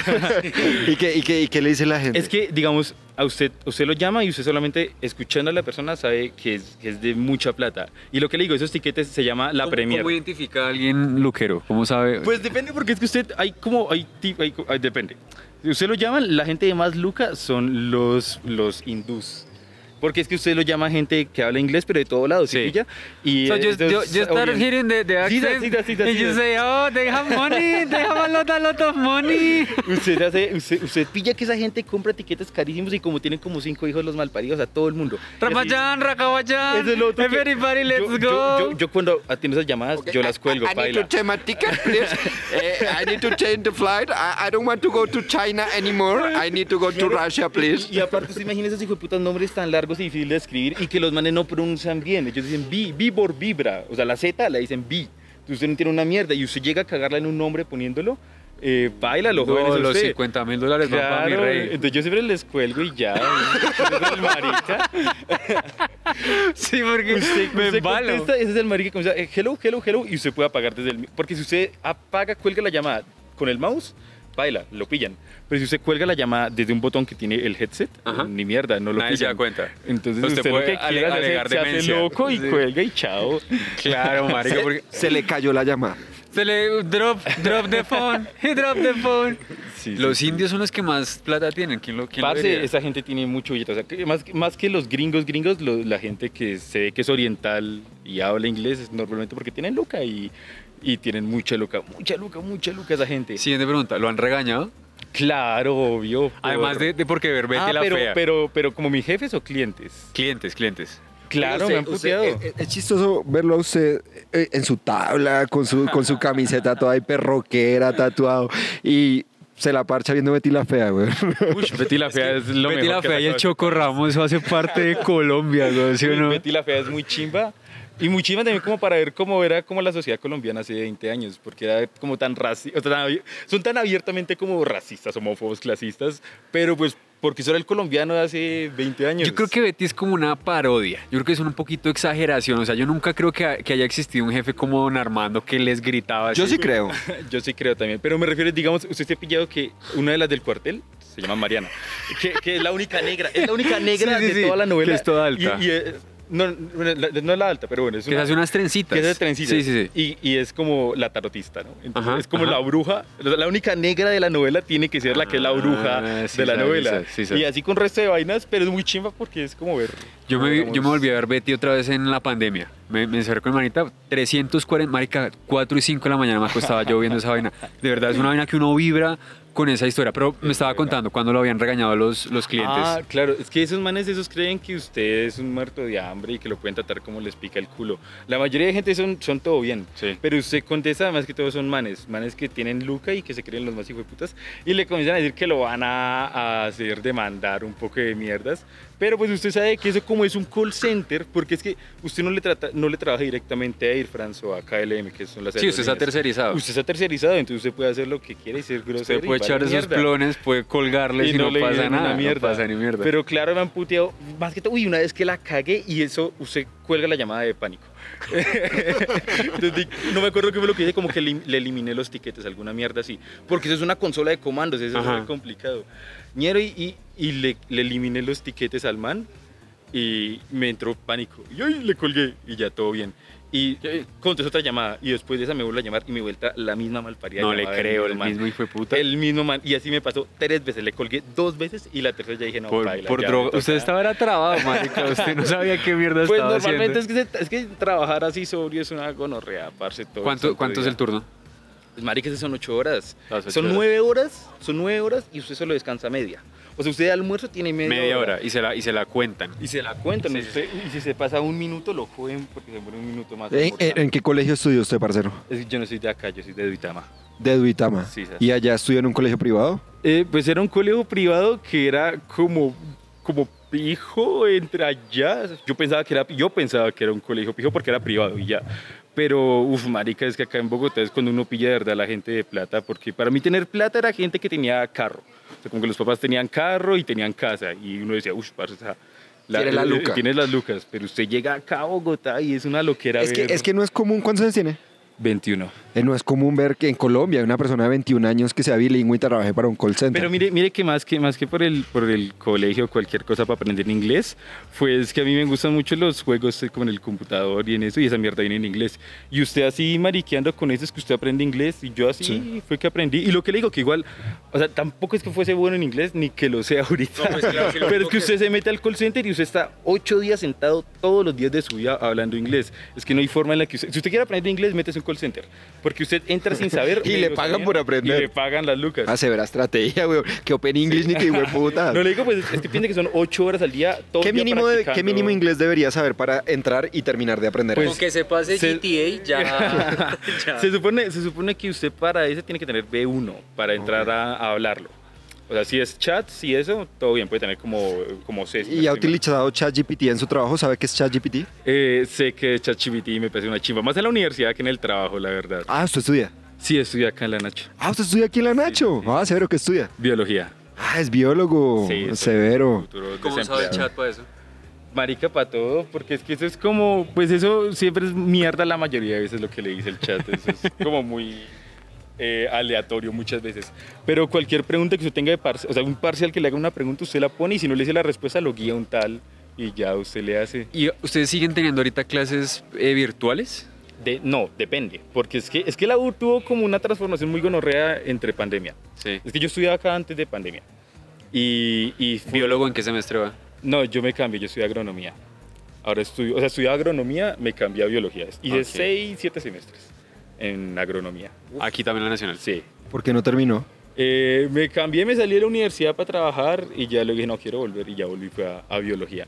Speaker 2: [LAUGHS]
Speaker 3: ¿Y qué, y, qué, ¿Y qué le dice la gente?
Speaker 4: Es que, digamos, a usted, usted lo llama y usted solamente escuchando a la persona sabe que es, que es de mucha plata. Y lo que le digo, esos tiquetes se llama la Premier.
Speaker 2: ¿Cómo identifica a alguien luquero? ¿Cómo sabe?
Speaker 4: Pues depende, porque es que usted, hay como, hay, ti- hay co- hay- depende. Si usted lo llama, la gente de más luca son los, los hindús. Porque es que usted lo llama gente que habla inglés, pero de todo lado, ¿sí?
Speaker 2: Sí.
Speaker 4: pilla? Y
Speaker 2: So
Speaker 4: eh,
Speaker 2: you, you,
Speaker 4: entonces,
Speaker 2: you start
Speaker 4: obviamente-
Speaker 2: hearing the, the
Speaker 4: Sí, sí,
Speaker 2: accent
Speaker 4: sí, sí, sí,
Speaker 2: and
Speaker 4: sí.
Speaker 2: you say, oh, they have money, they have a lot, a lot of
Speaker 4: [LAUGHS]
Speaker 2: money.
Speaker 4: Usted, hace, usted, usted pilla que esa gente compra tiquetes carísimos y como tienen como cinco hijos los malparidos a todo el mundo. Y así-
Speaker 2: Rapayan, Rakawayan,
Speaker 4: Eso es lo otro que-
Speaker 2: everybody, let's
Speaker 4: yo,
Speaker 2: go.
Speaker 4: Yo, yo- yo cuando atiendo esas llamadas, yo las cuelgo,
Speaker 5: I, I need to
Speaker 4: paila.
Speaker 5: change my ticket,
Speaker 4: [LAUGHS]
Speaker 5: please. Eh, I need to change the flight. I, I don't want to go to China anymore. I need to go to Russia, please.
Speaker 4: Y aparte, usted imagina esos hijos putas nombres tan largos y difíciles de escribir y que los manes no pronuncian bien. Ellos dicen vi, vi por vibra. O sea, la Z la dicen vi. Entonces, Usted no tiene una mierda y usted llega a cagarla en un nombre poniéndolo. Eh, baila los jóvenes. a
Speaker 2: No, los
Speaker 4: usted.
Speaker 2: 50 mil dólares van para mi
Speaker 4: Claro,
Speaker 2: rey.
Speaker 4: entonces yo siempre les cuelgo y ya. [LAUGHS] Ese es el marica.
Speaker 2: Sí, porque
Speaker 4: Usted,
Speaker 2: me
Speaker 4: usted
Speaker 2: embalo.
Speaker 4: contesta, ese es el marica que comienza, eh, hello, hello, hello, y usted puede apagar desde el... mi- Porque si usted apaga, cuelga la llamada, con el mouse, baila, lo pillan. Pero si usted cuelga la llamada desde un botón que tiene el headset, eh,
Speaker 1: Ajá.
Speaker 4: ni mierda, no lo
Speaker 1: Nadie se
Speaker 4: pillan.
Speaker 1: da cuenta.
Speaker 4: Entonces
Speaker 1: Usted
Speaker 4: usted,
Speaker 1: puede
Speaker 4: lo que quiera
Speaker 1: ale-
Speaker 4: se hace-
Speaker 1: alegar
Speaker 4: se, hace
Speaker 1: demencia.
Speaker 4: loco y
Speaker 1: Sí.
Speaker 4: cuelga y chao. [LAUGHS]
Speaker 1: Claro, marica, porque
Speaker 5: Se le cayó la llamada.
Speaker 2: Se le drop, drop the phone, [LAUGHS] he drop the phone.
Speaker 4: Sí, sí.
Speaker 2: Los indios son los que más plata tienen. ¿Quién lo, quién lo
Speaker 4: Parce,
Speaker 2: diría?
Speaker 4: esa gente tiene mucho billete. O sea, que más, más que los gringos, gringos, lo- la gente que se ve que es oriental y habla inglés es normalmente porque tienen luca y, y tienen mucha luca, mucha luca, mucha luca esa gente.
Speaker 2: Siguiente pregunta, ¿lo han regañado?
Speaker 4: Claro, obvio.
Speaker 2: Además
Speaker 4: por-
Speaker 2: de, de porque Berbete
Speaker 4: Ah,
Speaker 2: la
Speaker 4: pero,
Speaker 2: fea.
Speaker 4: pero, pero como mis jefes o clientes.
Speaker 2: Clientes, clientes.
Speaker 3: Usted-
Speaker 4: Claro,
Speaker 3: eh,
Speaker 4: me han
Speaker 3: usted-
Speaker 4: puteado.
Speaker 3: es, es- es chistoso verlo a usted eh, en su tabla, con su, con su camiseta toda ahí perroquera, tatuado, y se la parcha viendo Betty la
Speaker 5: [LAUGHS]
Speaker 3: Fea, güey.
Speaker 4: Betty la fea es, lo
Speaker 2: Betty
Speaker 4: mejor
Speaker 2: la
Speaker 4: que
Speaker 2: fea
Speaker 4: ha
Speaker 2: y el
Speaker 4: sacado.
Speaker 2: Choco Ramos, eso hace parte
Speaker 4: [LAUGHS]
Speaker 2: de Colombia, güey, ¿sí o
Speaker 4: Sí,
Speaker 2: no?
Speaker 4: Betty la fea es muy chimba. Y muy chimba también como para ver cómo era como la sociedad colombiana hace 20 años, porque era como tan racista, son tan abiertamente como racistas, homófobos, clasistas, pero pues porque eso era el colombiano de hace 20 años.
Speaker 2: Yo creo que Betty es como una parodia. Yo creo que es un poquito exageración. O sea, yo nunca creo que, que haya existido un jefe como Don Armando que les gritaba.
Speaker 5: Yo
Speaker 2: así.
Speaker 5: sí creo.
Speaker 4: [LAUGHS] Yo sí creo también, pero me refiero, digamos, usted se ha pillado que una de las del cuartel se llama Mariana, que, que es la única negra, es la única
Speaker 2: [LAUGHS]
Speaker 4: negra
Speaker 2: Sí, sí,
Speaker 4: de
Speaker 2: sí,
Speaker 4: toda la novela.
Speaker 2: que es toda alta.
Speaker 4: Y, y, eh, no, bueno, la- no es la alta, pero bueno, es
Speaker 2: Que se hace unas trencitas.
Speaker 4: Que es de trencitas.
Speaker 2: Sí, sí, sí.
Speaker 4: Y, y es como la tarotista, ¿no? Entonces,
Speaker 2: Ajá,
Speaker 4: es como
Speaker 2: ajá.
Speaker 4: la bruja. La la única negra de la novela tiene que ser la que es la
Speaker 2: Ah,
Speaker 4: bruja
Speaker 2: sí,
Speaker 4: de la
Speaker 2: sabe,
Speaker 4: novela.
Speaker 2: sí, sí, sabe.
Speaker 4: Y así con resto de vainas, pero es muy chimba porque es como ver.
Speaker 2: Yo me, vi- yo me
Speaker 4: digamos,
Speaker 2: volví a ver Betty otra vez en la pandemia. Me, me encerré con mi hermanita, 340, marica, 4 y 5 de la mañana me acostaba yo viendo esa vaina. De verdad, es una vaina que uno vibra con esa historia. Pero me estaba contando cuando lo habían regañado los, los clientes.
Speaker 4: Ah, claro, es que esos manes esos creen que usted es un muerto de hambre y que lo pueden tratar como les pica el culo. La mayoría de gente son, son todo bien,
Speaker 1: Sí.
Speaker 4: pero usted contesta más que todo son manes, manes que tienen luca y que se creen los más hijueputas y le comienzan a decir que lo van a, a hacer demandar un poco de mierdas, pero pues usted sabe que eso como es un call center, porque es que usted no le trata no le trabaja directamente a Airfrance o a KLM, que son las
Speaker 2: sí, usted está
Speaker 4: aerolíneas.
Speaker 2: tercerizado.
Speaker 4: Usted está tercerizado, entonces usted puede hacer lo que quiere y ser grosero.
Speaker 2: Usted
Speaker 4: y
Speaker 2: puede echar
Speaker 4: vale
Speaker 2: esos
Speaker 4: mierda.
Speaker 2: plones, puede colgarles y, no,
Speaker 4: le
Speaker 2: pasa
Speaker 4: dicen una
Speaker 2: nada.
Speaker 4: mierda.
Speaker 2: No pasa ni mierda.
Speaker 4: Pero claro, me han puteado. Más que todo, uy, una vez que la cagué y eso, usted cuelga la llamada de pánico. [LAUGHS] Entonces, no me acuerdo qué fue lo que hice, como que le, le eliminé los tiquetes, alguna mierda así. Porque eso es una consola de comandos, eso
Speaker 2: Ajá.
Speaker 4: es muy complicado. Ñero, y, y- y le, le eliminé los tiquetes al man y me entró pánico. Y ay, le colgué y ya todo bien. Y eh, contesté otra llamada y después de esa me vuelve a llamar y me vuelta la misma malparida.
Speaker 2: no le
Speaker 4: llamada del
Speaker 2: creo, el
Speaker 4: mismo man.
Speaker 2: mismo hijo de puta.
Speaker 4: El mismo man. Y así me pasó tres veces. Le colgué dos veces y la tercera ya dije, no,
Speaker 2: por
Speaker 4: paila,
Speaker 2: por
Speaker 4: ya me
Speaker 2: droga.
Speaker 4: toca.
Speaker 2: Usted estaba era trabado, marica. Usted no sabía qué mierda
Speaker 4: Pues
Speaker 2: estaba
Speaker 4: normalmente
Speaker 2: haciendo.
Speaker 4: es que, se- es que trabajar así sobrio es una gonorrea, parce. Todo
Speaker 2: ¿Cuánto, cuánto es el
Speaker 4: turno?
Speaker 2: turno?
Speaker 4: Marica, esas son ocho horas.
Speaker 2: Las ocho
Speaker 4: son
Speaker 2: horas.
Speaker 4: nueve horas, son nueve horas y usted solo descansa media. O sea, usted de almuerzo tiene media,
Speaker 2: Media hora y se la, y se la cuentan.
Speaker 4: Y se la cuentan. usted- Y si se pasa un minuto, lo joden porque se muere un minuto más.
Speaker 3: ¿En, Eh, en- en qué colegio estudió usted, parcero?
Speaker 4: Es que yo no soy de acá, yo soy de Duitama.
Speaker 3: De Duitama.
Speaker 4: Sí, sí.
Speaker 3: ¿Y allá estudió en un colegio privado?
Speaker 4: Eh, pues era un colegio privado que era como, como pijo entre allá. Yo pensaba, que era, yo pensaba que era un colegio pijo porque era privado y ya. Pero, uff, marica, es que acá en Bogotá es cuando uno pilla de verdad a la gente de plata, porque para mí tener plata era gente que tenía carro. O sea, como que los papás tenían carro y tenían casa. Y uno decía, uff, parce, o sea,
Speaker 5: Tiene la
Speaker 4: eh, [LAUGHS]
Speaker 5: luca.
Speaker 4: tienes las lucas. Pero usted llega acá a Bogotá y es una loquera.
Speaker 3: Es que,
Speaker 4: ver-
Speaker 3: es que no es común, ¿cuántos años tiene?
Speaker 4: 21.
Speaker 3: Eh, No es común ver que en Colombia hay una persona de 21 años que sea bilingüe y trabaje para un call center.
Speaker 4: Pero mire, mire que más que más que por el por el colegio cualquier cosa para aprender inglés, pues que a mí me gustan mucho los juegos eh, como en el computador y en eso y esa mierda viene en inglés. Y usted así mariqueando con eso es que usted aprende inglés y yo así fue que aprendí y lo que le digo que igual, o sea, tampoco es que fuese bueno en inglés ni que lo sea [LAUGHS] ahorita. Pero es que usted se mete al call center y usted está ocho días sentado todos los días de su vida hablando inglés. Es que no hay forma en la que usted, si usted quiere aprender inglés, métese a un call center, porque usted entra sin saber
Speaker 5: [LAUGHS] Y le
Speaker 4: menos
Speaker 5: pagan
Speaker 4: bien,
Speaker 5: por aprender.
Speaker 4: y le pagan las lucas.
Speaker 5: Ah, severa estrategia, weón. Que Open English ni que hueputa.
Speaker 4: No le digo, pues es que piensa que son ocho horas al día. Todo
Speaker 3: ¿Qué
Speaker 4: el día
Speaker 3: mínimo, de- ¿Qué
Speaker 4: practicando.
Speaker 3: mínimo inglés debería saber para entrar y terminar de aprender?
Speaker 4: Pues,
Speaker 3: algo?
Speaker 6: que se pase
Speaker 4: se-
Speaker 2: [LAUGHS]
Speaker 6: GTA ya.
Speaker 4: [LAUGHS]
Speaker 6: ya.
Speaker 4: Se supone, se supone que usted para eso tiene que tener B1 para entrar a, a hablarlo. O sea, si es chat, si eso, todo bien, puede tener como, como C. si no
Speaker 3: ¿Y ha
Speaker 4: estoy mal.
Speaker 3: utilizado ChatGPT en su trabajo? ¿Sabe qué es ChatGPT?
Speaker 4: Eh, sé que ChatGPT me parece una chimba, más en la universidad que en el trabajo, la verdad.
Speaker 3: Ah, usted estudia.
Speaker 4: Sí, estudié acá en la Nacho.
Speaker 3: Ah, usted estudia aquí en la Nacho. Ah, severo que estudia.
Speaker 4: Biología.
Speaker 3: Ah, es biólogo.
Speaker 4: Sí, soy
Speaker 3: severo.
Speaker 4: futuro
Speaker 2: ¿Cómo sabe el
Speaker 4: desempleado.
Speaker 2: chat para eso?
Speaker 4: Marica para todo, porque es que eso es como, pues eso siempre es mierda la mayoría de veces lo que le dice el chat, eso es como muy, eh, aleatorio muchas veces. Pero cualquier pregunta que usted tenga de parcial, o sea, un parcial que le haga una pregunta, usted la pone y si no le dice la respuesta, lo guía un tal y ya usted le hace.
Speaker 2: ¿Y ustedes siguen teniendo ahorita clases eh, virtuales?
Speaker 4: De, no, depende, porque es que, es que la U tuvo como una transformación muy gonorrea entre pandemia.
Speaker 2: Sí.
Speaker 4: Es que yo estudiaba acá antes de pandemia. Y, y fui-
Speaker 2: ¿Biólogo en qué semestre va?
Speaker 4: No, yo me cambié, yo estudié agronomía. Ahora estudio, o sea, estudiaba agronomía, me cambié a biología. Y de
Speaker 2: Ok.
Speaker 4: 6, 7 semestres en agronomía.
Speaker 2: Aquí también la nacional.
Speaker 4: Sí.
Speaker 3: ¿Por qué no terminó?
Speaker 4: Eh, me cambié, me salí de la universidad para trabajar y ya le dije, no quiero volver y ya volví fue a, a biología.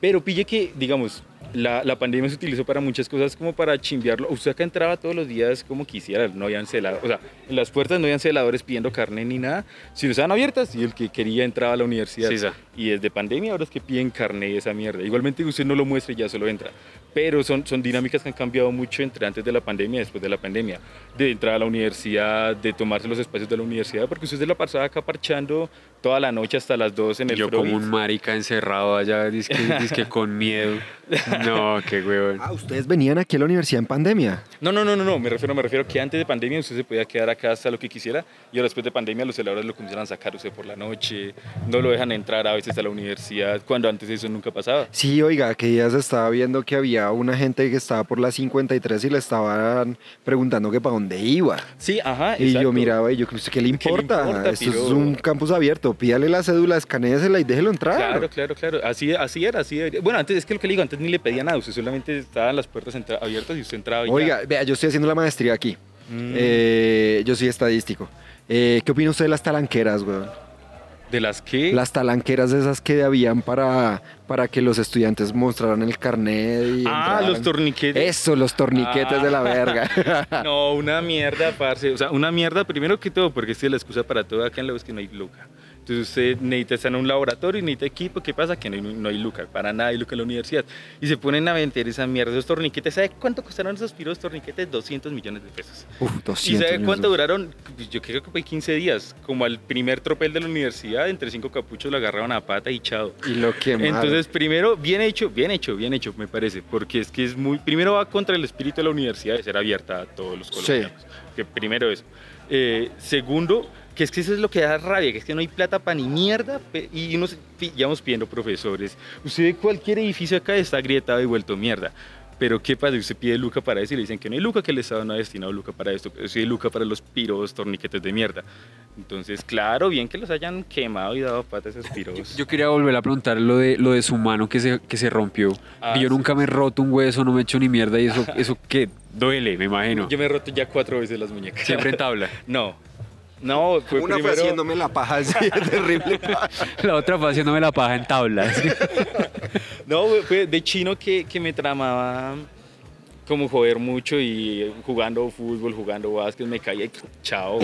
Speaker 4: Pero pille que, digamos, la, la pandemia se utilizó para muchas cosas como para chimbearlo. Usted acá entraba todos los días como quisiera, no habían celadores, o sea, en las puertas no habían celadores pidiendo carne ni nada, sino estaban abiertas y el que quería entraba a la universidad.
Speaker 2: Sí, sa.
Speaker 4: Y desde pandemia ahora es que piden carne y esa mierda. Igualmente usted no lo muestra y ya solo entra. Pero son, son dinámicas que han cambiado mucho entre antes de la pandemia y después de la pandemia. De entrar a la universidad, de tomarse los espacios de la universidad, porque usted se la pasaba acá parchando toda la noche hasta las 2 en el
Speaker 2: Yo
Speaker 4: Freud.
Speaker 2: como un marica encerrado allá, dizque, dizque con [LAUGHS] miedo. No, qué huevón.
Speaker 3: Ah, ustedes venían aquí a la universidad en pandemia.
Speaker 4: No, no, no, no, no, me refiero, me refiero que antes de pandemia usted se podía quedar acá hasta lo que quisiera y ahora después de pandemia los celadores lo comienzan a sacar usted por la noche, no lo dejan entrar a veces a la universidad, cuando antes eso nunca pasaba.
Speaker 3: Sí, oiga, que ya se estaba viendo que había una gente que estaba por la 53 y le estaban preguntando que para dónde iba.
Speaker 4: Sí, ajá,
Speaker 3: Y yo
Speaker 4: exacto.
Speaker 3: miraba y yo, ¿qué le
Speaker 4: ¿Qué le
Speaker 3: importa?
Speaker 4: importa,
Speaker 3: Esto es
Speaker 4: piro?
Speaker 3: un campus abierto. Pídale la cédula, escanéesela y déjelo entrar.
Speaker 4: Claro, claro, claro. Así, así era, así debería. Bueno, antes es que lo que le digo, antes ni le pedía nada. Usted solamente estaban las puertas entra- abiertas y usted entraba y ya. Mm.
Speaker 3: Oiga, vea, yo estoy haciendo la maestría aquí. Eh, yo soy estadístico. Eh, ¿Qué opina usted de las talanqueras, weón?
Speaker 4: ¿De las que?
Speaker 3: Las talanqueras esas que habían para, para que los estudiantes mostraran el carnet y
Speaker 4: Ah,
Speaker 3: entraran.
Speaker 4: los torniquetes.
Speaker 3: Eso, los torniquetes
Speaker 4: Ah.
Speaker 3: de la verga.
Speaker 4: [LAUGHS] No, una mierda, parce. O sea, una mierda primero que todo, porque esta es la excusa para todo acá en la es que no hay luca. Entonces usted necesita estar en un laboratorio, necesita equipo. ¿Qué pasa? Que no hay, no hay luca. Para nada hay luca en la universidad. Y se ponen a vender esa mierda, esos torniquetes. ¿Sabe cuánto costaron esos piros torniquetes? 200 millones de pesos.
Speaker 3: Uf, 200
Speaker 4: ¿Y sabe
Speaker 3: millones de-
Speaker 4: cuánto duraron? Pues, Yo creo que fue 15 días. Como al primer tropel de la universidad, entre cinco capuchos lo agarraron a pata y chao.
Speaker 3: Y lo quemaron.
Speaker 4: Entonces, primero, bien hecho, bien hecho, bien hecho, me parece, porque es que es muy. Primero va contra el espíritu de la universidad de ser abierta a todos los
Speaker 3: Sí.
Speaker 4: colombianos. Que primero eso. Eh, segundo, que es que eso es lo que da rabia, que es que no hay plata para ni mierda. pe- Y nos pillamos pidiendo profesores. Usted ve cualquier edificio acá está agrietado y vuelto mierda. Pero qué pasa, usted pide Luca para eso y le dicen que no hay Luca, que el Estado no ha destinado Luca para esto, pero sí hay Luca para los piros, torniquetes de mierda. Entonces, claro, bien que los hayan quemado y dado pata a esos piros.
Speaker 2: Yo quería volver a preguntar lo de, lo de su mano que se, que se rompió.
Speaker 4: Ah,
Speaker 2: yo
Speaker 4: sí.
Speaker 2: nunca me he roto un hueso, no me he hecho ni mierda y [LAUGHS] eso, eso que duele, me imagino.
Speaker 4: Yo me he roto ya cuatro veces las muñecas.
Speaker 2: Siempre en
Speaker 4: [LAUGHS]
Speaker 2: tabla.
Speaker 4: No. No, fue
Speaker 5: Una fue
Speaker 4: primero.
Speaker 5: haciéndome la paja así, [LAUGHS] terrible.
Speaker 2: La otra fue haciéndome la paja en [LAUGHS] tablas.
Speaker 4: No, fue- fue de chino que, que me tramaba como joder mucho y jugando fútbol, jugando básquet, me caía y chao.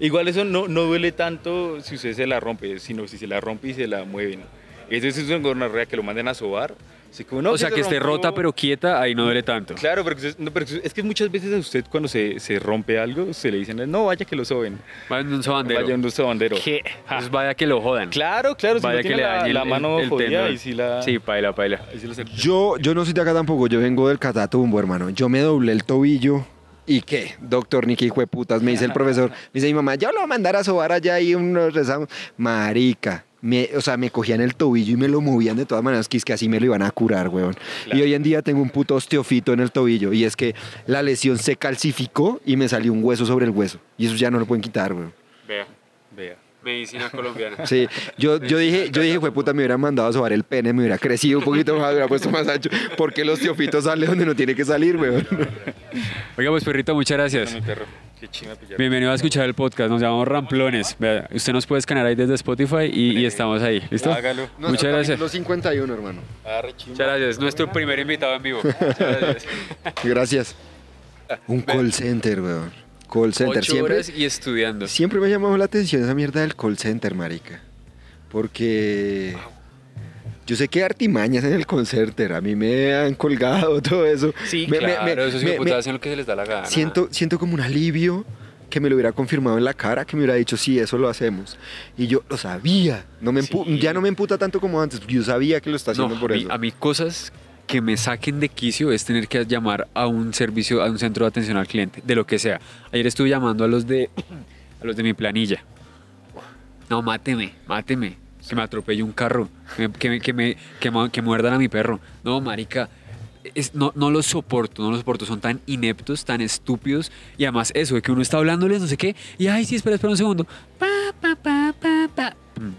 Speaker 4: Igual eso no, no duele tanto si usted se la rompe, sino si se la rompe y se la mueven. Eso sí es una gonorrea que lo manden a sobar. Así como, no,
Speaker 2: o sea,
Speaker 4: se
Speaker 2: que esté
Speaker 4: rompió.
Speaker 2: rota pero quieta, ahí no duele tanto.
Speaker 4: Claro, pero, que- no, pero que- es que muchas veces a usted cuando se, se rompe algo, se le dicen, no, vaya que lo soben.
Speaker 2: Vaya en un sobandero.
Speaker 4: Vaya un bandero.
Speaker 2: ¿Qué? Pues vaya que lo jodan.
Speaker 4: Claro, claro, si
Speaker 2: Vaya
Speaker 4: no
Speaker 2: que
Speaker 4: tiene
Speaker 2: le
Speaker 4: la,
Speaker 2: dañe el-
Speaker 4: la mano
Speaker 2: el- el
Speaker 4: jodida
Speaker 2: tendón.
Speaker 4: y si la...
Speaker 2: Sí, paila, paila.
Speaker 4: y si la se-
Speaker 3: Yo, yo no soy de acá tampoco, yo vengo del Catatumbo, hermano. Yo me doblé el tobillo. ¿Y qué? Doctor Niki, hijo de putas, me dice el profesor. Me dice mi mamá, yo lo voy a mandar a sobar allá y nos rezamos. Marica. Me, o sea, me cogían el tobillo y me lo movían de todas maneras, que es que así me lo iban a curar, weón. Y hoy en día tengo un puto osteofito en el tobillo. Y es que la lesión se calcificó y me salió un hueso sobre el hueso. Y eso ya no lo pueden quitar, weón.
Speaker 2: Vea,
Speaker 4: Vea.
Speaker 2: [LAUGHS] medicina colombiana.
Speaker 3: Sí, yo, yo dije, yo dije, puta, me hubieran mandado a sobar el pene, me hubiera crecido un poquito más, me hubiera puesto más ancho. Porque los tiofitos sale donde no tiene que salir, weón.
Speaker 2: Oiga, pues perrito, muchas gracias.
Speaker 4: Mi perro, qué chima pillar.
Speaker 2: Bienvenido a escuchar el podcast, nos llamamos Ramplones. Vea, usted nos puede escanear ahí desde Spotify y, y estamos ahí, ¿listo?
Speaker 4: Hágalo.
Speaker 2: Muchas gracias.
Speaker 3: Los 51, hermano.
Speaker 4: Arre, chimba.
Speaker 2: Muchas gracias, nuestro primer invitado en vivo. [LAUGHS] Muchas gracias.
Speaker 3: Gracias. Un call center, weón. Call center.
Speaker 2: Ocho
Speaker 3: Siempre,
Speaker 2: horas y estudiando.
Speaker 3: siempre me ha llamado la atención esa mierda del call center, marica. Porque... Yo sé que hay artimañas en el call center. A mí me han colgado [LAUGHS] todo eso.
Speaker 2: Sí,
Speaker 3: Me- me-
Speaker 2: claro,
Speaker 3: me-
Speaker 2: esos
Speaker 3: me-
Speaker 2: hijos
Speaker 3: me-
Speaker 2: hacen lo que se les da la gana.
Speaker 3: Siento, siento como un alivio que me lo hubiera confirmado en la cara, que me hubiera dicho, sí, eso lo hacemos. Y yo lo sabía. No me empu-
Speaker 4: Sí.
Speaker 3: Ya no me emputa tanto como antes. porque Yo sabía que lo está haciendo
Speaker 2: No,
Speaker 3: por
Speaker 2: a mí,
Speaker 3: eso.
Speaker 2: a mí cosas que me saquen de quicio es tener que llamar a un servicio, a un centro de atención al cliente, de lo que sea. Ayer estuve llamando a los de, [CLEARS THROAT] a los de mi planilla. No, máteme, máteme. Que me atropelle un carro. Que me, que me- que me- que ma- que muerdan a mi perro. No, marica. es- no, no los soporto, no los soporto. Son tan ineptos, tan estúpidos. Y además eso, de que uno está hablándoles no sé qué. Y, ay, sí, espera, espera un segundo. Pa, pa, pa, pa, pa. Mm. Pum.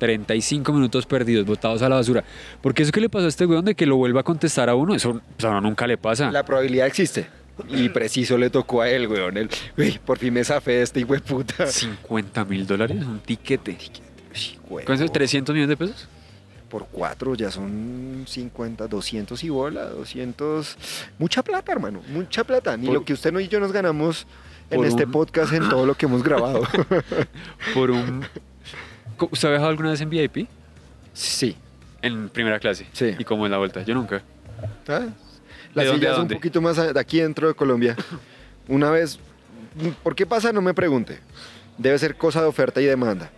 Speaker 2: 35 minutos perdidos, botados a la basura. Porque eso que le pasó a este weón de que lo vuelva a contestar a uno, eso pues, a uno nunca le pasa.
Speaker 3: La probabilidad existe. Y preciso le tocó a él, weón. Él, "Uy, por fin me zafé de este hijo de puta.
Speaker 2: 50 mil dólares, un tiquete.
Speaker 3: Uy, huevo.
Speaker 2: ¿Cuánto es? ¿300 millones de pesos?
Speaker 3: Por cuatro ya son 50, 200 y bola, 200. Mucha plata, hermano. Mucha plata. Ni
Speaker 4: Por-
Speaker 3: lo que usted no y yo nos ganamos en
Speaker 2: Por
Speaker 3: este
Speaker 2: un-
Speaker 3: podcast, en todo lo que
Speaker 2: [LAUGHS]
Speaker 3: hemos grabado.
Speaker 2: Por un... Co- ¿Usted ha viajado alguna vez en VIP?
Speaker 3: sí.
Speaker 2: En primera clase.
Speaker 3: Sí.
Speaker 2: ¿Y cómo es la vuelta? Yo nunca.
Speaker 3: ¿Ah? La
Speaker 2: ¿De dónde
Speaker 3: silla
Speaker 2: a
Speaker 3: es un
Speaker 2: dónde?
Speaker 3: poquito más a- de aquí dentro
Speaker 2: [COUGHS]
Speaker 3: de Colombia. Una vez, ¿por qué pasa? No me pregunte. Debe ser cosa de oferta y demanda.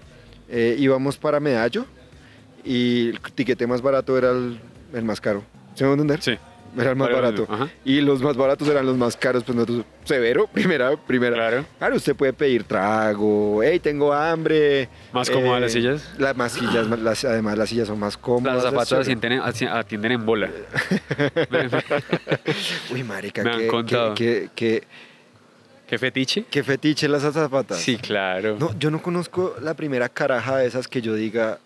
Speaker 3: Eh, íbamos para Medallo y el tiquete más barato era el, el más caro. ¿Se me va a entender?
Speaker 2: Sí.
Speaker 3: Era el más
Speaker 2: Ahora
Speaker 3: barato.
Speaker 2: mismo, ajá.
Speaker 3: Y los más baratos eran los más caros. Pues nosotros, severo, [LAUGHS] primera, primera.
Speaker 2: Claro.
Speaker 3: Claro, usted puede pedir trago, hey, tengo hambre.
Speaker 2: ¿Más cómodas las sillas?
Speaker 3: Las más sillas, las- además las sillas son más cómodas.
Speaker 2: Las zapatos
Speaker 3: etcétera.
Speaker 2: atienden, atienden en
Speaker 3: [LAUGHS]
Speaker 2: bola.
Speaker 3: Uy, marica,
Speaker 2: Me han
Speaker 3: qué- qué-
Speaker 2: contado.
Speaker 3: qué- qué-
Speaker 2: ¿Qué fetiche?
Speaker 3: qué fetiche las azafatas.
Speaker 2: Sí, claro.
Speaker 3: No, yo no conozco la primera caraja de esas que yo diga.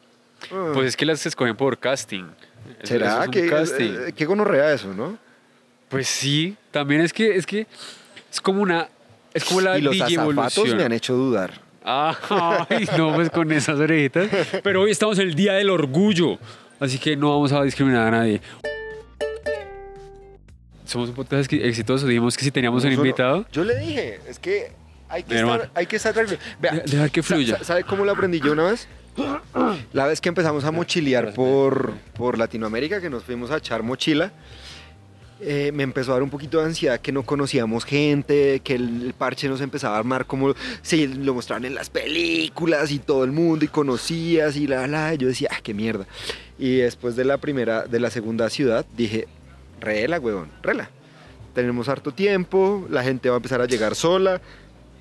Speaker 3: "Ah,
Speaker 2: Pues es que las escogen por casting. Eso- eso
Speaker 3: ¿Será
Speaker 2: es un
Speaker 3: que.?
Speaker 2: casting.
Speaker 3: eh, qué gonorrea eso, ¿no?
Speaker 2: Pues sí, también es que es que es como una es como la
Speaker 3: y los azafatos
Speaker 2: digievolución.
Speaker 3: me han hecho dudar.
Speaker 2: Ah, ay, no pues con esas orejitas. Pero hoy estamos en el día del orgullo, así que no vamos a discriminar a nadie. Somos un podcast que- exitoso. Dijimos que si teníamos un
Speaker 3: Eso no-
Speaker 2: invitado,
Speaker 3: Yo le dije, es que hay que
Speaker 2: Mi
Speaker 3: estar,
Speaker 2: hermano.
Speaker 3: hay que estar tranquilo. Vea,
Speaker 2: de- dejar que fluya.
Speaker 3: sa- ¿Sabe cómo lo aprendí yo una vez? La vez que empezamos a mochilear por, por Latinoamérica, que nos fuimos a echar mochila, eh, me empezó a dar un poquito de ansiedad que no conocíamos gente, que el parche nos empezaba a armar como se lo mostraban en las películas y todo el mundo y conocías y la la. y yo decía, ah, qué mierda. Y después de la primera, de la segunda ciudad, dije, rela, huevón, rela. Tenemos harto tiempo, la gente va a empezar a llegar sola.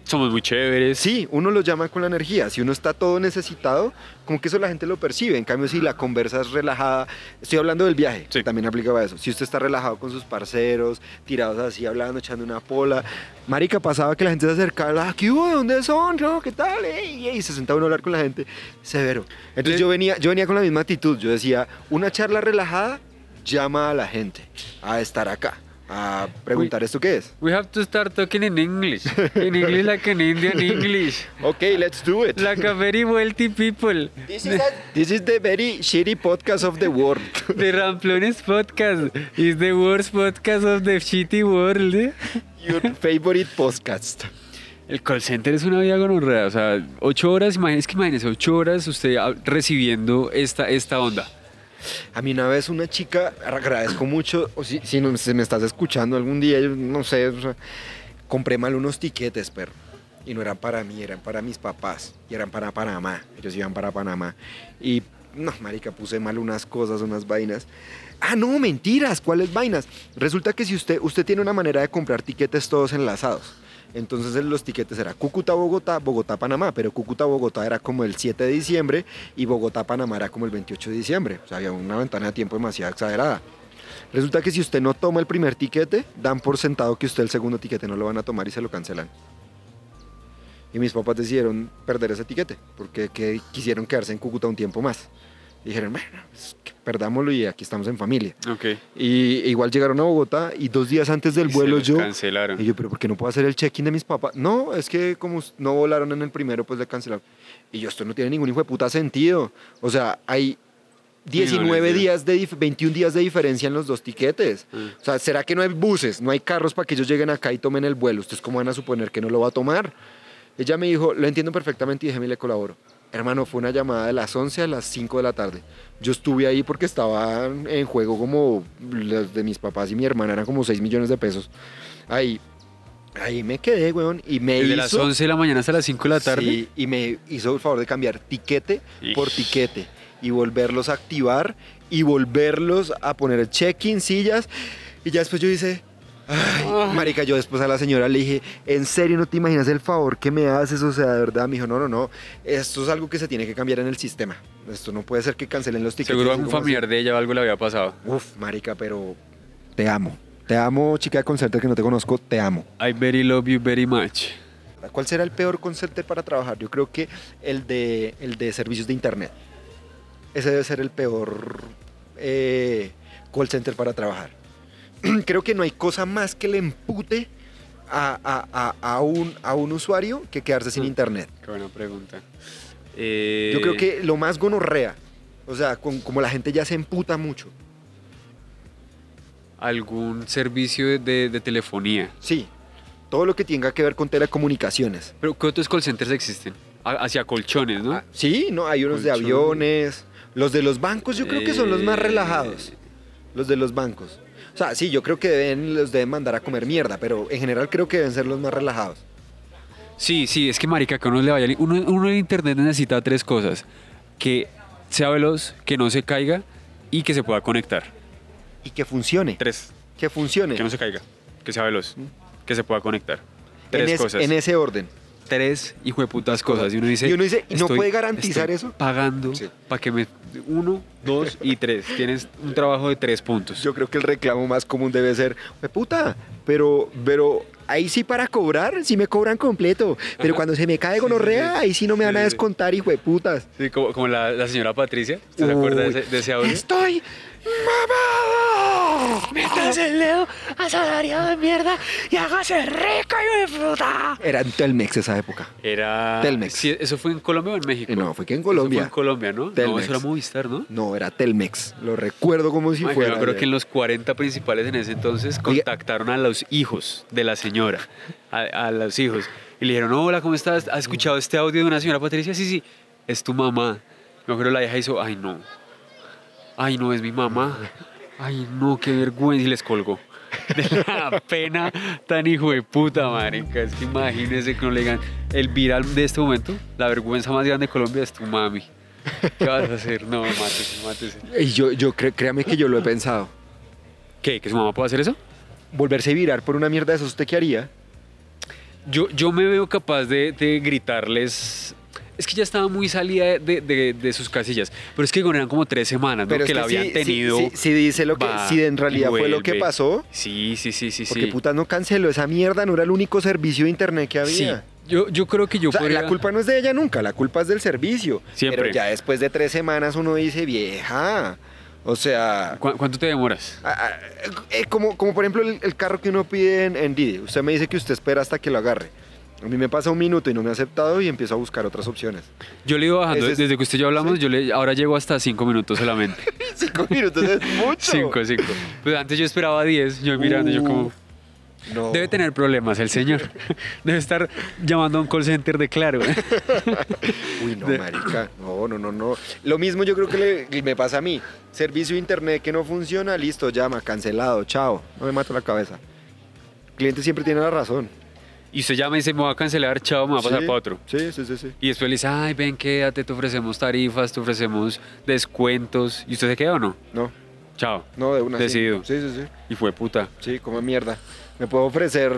Speaker 2: Somos muy chéveres.
Speaker 3: Sí, uno lo llama con la energía. Si uno está todo necesitado, como que eso la gente lo percibe. En cambio, si la conversa es relajada, estoy hablando del viaje,
Speaker 4: Sí.
Speaker 3: que también aplicaba eso. Si usted está relajado con sus parceros, tirados así, hablando, echando una pola. Marica, pasaba que la gente se acercaba, ah, ¿qué hubo? ¿De dónde son? No, ¿Qué tal? Ey, ey, Y se sentaba uno a hablar con la gente. Severo. Entonces yo venía, yo venía con la misma actitud. Yo decía, una charla relajada llama a la gente a estar acá, a preguntar esto qué es.
Speaker 2: We have to start talking in English. In English like an Indian English.
Speaker 3: Ok, let's do it.
Speaker 2: Like a very wealthy people.
Speaker 3: This is, the very shitty podcast of the world.
Speaker 2: The Ramplones podcast is the worst podcast of the shitty world.
Speaker 3: [LAUGHS] Your favorite podcast.
Speaker 2: El call center es una vida gonorrea, o sea, ocho horas, imagínese, es que imagínese, ocho horas usted ah, recibiendo esta, esta onda.
Speaker 3: A mí una vez una chica, agradezco mucho, o si, si no- si me estás escuchando algún día, yo no sé, o sea, compré mal unos tiquetes, perro. Y no eran para mí, eran para mis papás. Y eran para Panamá. Ellos iban para Panamá. Y, no, marica, puse mal unas cosas, unas vainas. Ah, no, mentiras, ¿cuáles vainas? Resulta que si usted, usted tiene una manera de comprar tiquetes todos enlazados. Entonces en los tiquetes era Cúcuta-Bogotá, Bogotá-Panamá, pero Cúcuta-Bogotá era como el 7 de diciembre y Bogotá-Panamá era como el 28 de diciembre. O sea, había una ventana de tiempo demasiado exagerada. Resulta que si usted no toma el primer tiquete, dan por sentado que usted el segundo tiquete no lo van a tomar y se lo cancelan. Y mis papás decidieron perder ese tiquete porque que quisieron quedarse en Cúcuta un tiempo más. Dijeron, bueno, pues, que perdámoslo y aquí estamos en familia.
Speaker 2: Ok.
Speaker 3: Y igual llegaron a Bogotá y dos días antes del
Speaker 4: Y se
Speaker 3: vuelo
Speaker 4: los
Speaker 3: yo...
Speaker 4: cancelaron.
Speaker 3: Y yo, pero ¿por qué no puedo hacer el check-in de mis papás? No, es que como us- no volaron en el primero, pues le cancelaron. Y yo, esto no tiene ningún hijo de puta sentido. O sea, hay 19
Speaker 4: entiendo.
Speaker 3: días, de dif- 21 días de diferencia en los dos tiquetes. O sea, ¿será que no hay buses, no hay carros para que ellos lleguen acá y tomen el vuelo? ¿Ustedes cómo van a suponer que no lo va a tomar? Ella me dijo, lo entiendo perfectamente y déjeme le colaboro. Hermano, fue una llamada de las 11 a las 5 de la tarde. Yo estuve ahí porque estaban en juego como las de mis papás y mi hermana, eran como 6 millones de pesos. Ahí, ahí me quedé, weón, y me
Speaker 2: Desde
Speaker 3: hizo...
Speaker 2: las 11 de la mañana hasta las 5 de la tarde.
Speaker 3: Sí, y me hizo el favor de cambiar tiquete por tiquete. y volverlos a activar y volverlos a poner check-in, sillas. Y ya después yo hice, ay, marica, yo después a la señora le dije, en serio, no te imaginas el favor que me haces, o sea, de verdad, me dijo, no, no, no, esto es algo que se tiene que cambiar en el sistema. Esto no puede ser que cancelen los tickets.
Speaker 2: Seguro
Speaker 3: Yo
Speaker 2: algún
Speaker 3: como así,
Speaker 2: familiar de ella o algo le había pasado.
Speaker 3: Uf, marica, pero te amo. Te amo, chica de concierto que no te conozco, te amo.
Speaker 2: I very love you very much.
Speaker 3: ¿Cuál será el peor concepto para trabajar? Yo creo que el de, el de servicios de internet. Ese debe ser el peor eh, call center para trabajar. [CLEARS THROAT] creo que no hay cosa más que le empute a, a- a- a un, a un usuario que quedarse sin internet.
Speaker 2: Qué buena pregunta. Eh,
Speaker 3: Yo creo que lo más gonorrea, o sea, con- como la gente ya se emputa mucho.
Speaker 2: Algún servicio de- de, de telefonía.
Speaker 3: Sí, todo lo que tenga que ver con telecomunicaciones.
Speaker 2: Pero ¿qué otros call centers existen? A- hacia colchones, ¿no?
Speaker 3: Ah, Sí, no, hay unos de
Speaker 2: Colchón.
Speaker 3: aviones. Los de los bancos yo creo que son los más
Speaker 2: Eh.
Speaker 3: relajados. Los de los bancos. O sea, sí, yo creo que deben, los deben mandar a comer mierda, pero en general creo que deben ser los más relajados.
Speaker 2: Sí, sí, es que marica, que uno le vaya... li- Uno, uno en internet necesita tres cosas. Que sea veloz, que no se caiga y que se pueda conectar.
Speaker 3: Y que funcione.
Speaker 2: Tres.
Speaker 3: Que funcione.
Speaker 2: Que no se caiga, que sea veloz, que se pueda conectar. Tres
Speaker 3: en, es-
Speaker 2: cosas.
Speaker 3: en ese orden.
Speaker 2: Tres hijo de putas cosas. Y uno dice...
Speaker 3: Y uno dice, ¿y no
Speaker 2: estoy-
Speaker 3: puede garantizar
Speaker 2: estoy
Speaker 3: eso?
Speaker 2: pagando para que me... Uno, dos y tres. Tienes un trabajo de tres puntos.
Speaker 3: Yo creo que el reclamo más común debe ser, "Hue puta, pero, pero ahí sí para cobrar, sí me cobran completo. Pero cuando se me cae gonorrea, ahí sí no me van a
Speaker 2: Sí, sí, sí.
Speaker 3: descontar, hijo de putas.
Speaker 2: Sí, como, como la, la señora Patricia. ¿Se acuerda de ese, de ese audio?
Speaker 3: Estoy mamado.
Speaker 7: Metas el dedo asalariado de mierda y hágase rico y disfruta.
Speaker 3: Era en Telmex esa época.
Speaker 2: Era.
Speaker 3: Telmex.
Speaker 2: Sí, ¿Eso fue en Colombia o en México?
Speaker 3: Eh, No, fue que en
Speaker 2: Eso fue
Speaker 3: Colombia.
Speaker 2: en Colombia, ¿no? No,
Speaker 3: Telmex.
Speaker 2: eso era Movistar, ¿no?
Speaker 3: No, era Telmex. Lo recuerdo como si
Speaker 2: Ay, yo
Speaker 3: fuera.
Speaker 2: me acuerdo
Speaker 3: ayer.
Speaker 2: que en los 40 principales en ese entonces contactaron a los hijos de la señora, a, a los hijos, y le dijeron, hola, ¿cómo estás? ¿Has escuchado este audio de una señora Patricia? Sí, sí, es tu mamá. Me acuerdo la hija hizo, ay no, ay no, es mi mamá, ay no, qué vergüenza, y les colgó. [LAUGHS] De la pena tan hijo de puta, marica. Es que imagínense que no le digan el viral de este momento, la vergüenza más grande de Colombia es tu mami. ¿Qué vas a hacer? No, mátese, mátese.
Speaker 3: Y yo, yo cre- créame que yo lo he pensado.
Speaker 2: ¿Qué? ¿Que su mamá puede hacer eso?
Speaker 3: Volverse virar por una mierda de eso, ¿usted qué haría?
Speaker 2: Yo, yo me veo capaz de, de gritarles. Es que ya estaba muy salida de, de- de sus casillas. Pero es que bueno, eran como tres semanas, Ah, ¿no?
Speaker 3: Pero es
Speaker 2: que la
Speaker 3: que sí,
Speaker 2: habían
Speaker 3: sí,
Speaker 2: tenido.
Speaker 3: sí, sí dice lo que-
Speaker 2: va
Speaker 3: sí, en realidad
Speaker 2: y
Speaker 3: fue lo que
Speaker 2: vuelve.
Speaker 3: pasó.
Speaker 2: Sí, sí, sí, sí.
Speaker 3: Porque
Speaker 2: sí.
Speaker 3: puta no canceló esa mierda, no era el único servicio de internet que
Speaker 2: Sí.
Speaker 3: había.
Speaker 2: Yo, yo creo que yo
Speaker 3: O sea,
Speaker 2: podría-
Speaker 3: La culpa no es de ella nunca, la culpa es del servicio.
Speaker 2: Siempre.
Speaker 3: Pero ya después de tres semanas uno dice, vieja. O sea,
Speaker 2: ¿Cu- ¿Cuánto te demoras?
Speaker 3: Ah, ah, eh, como, como por ejemplo el, el carro que uno pide en, en Didi. Usted me dice que usted espera hasta que lo agarre. A mí me pasa un minuto y no me ha aceptado y empiezo a buscar otras
Speaker 2: [LAUGHS]
Speaker 3: opciones.
Speaker 2: Yo le iba bajando.
Speaker 3: Ese es-
Speaker 2: Desde que usted y yo hablamos, yo le, ahora llego hasta cinco minutos
Speaker 3: [LAUGHS]
Speaker 2: solamente.
Speaker 3: Cinco minutos es [LAUGHS] mucho.
Speaker 2: cinco, cinco. Pues antes yo esperaba diez. Yo mirando, yo como.
Speaker 3: Uh, No.
Speaker 2: Debe tener problemas el señor. [LAUGHS] Debe estar llamando a un call center de
Speaker 3: [LAUGHS]
Speaker 2: claro.
Speaker 3: Uy, no, marica. No, no, no, no. Lo mismo yo creo que le- me pasa a mí. Servicio de internet que no funciona, listo, llama, cancelado, chao. No me mato la cabeza. El cliente siempre tiene la razón.
Speaker 2: Y usted llama y dice, me va a cancelar, chao, me va a pasar
Speaker 3: Sí,
Speaker 2: para otro.
Speaker 3: Sí, sí, sí, sí.
Speaker 2: Y después le dice, ay, ven, quédate, te ofrecemos tarifas, te ofrecemos descuentos. ¿Y usted se queda o no?
Speaker 3: No,
Speaker 2: Chao.
Speaker 3: no, de una. sí.
Speaker 2: Decidido.
Speaker 3: Sí, sí, sí.
Speaker 2: Y fue puta.
Speaker 3: Sí, como mierda. Me puedo ofrecer,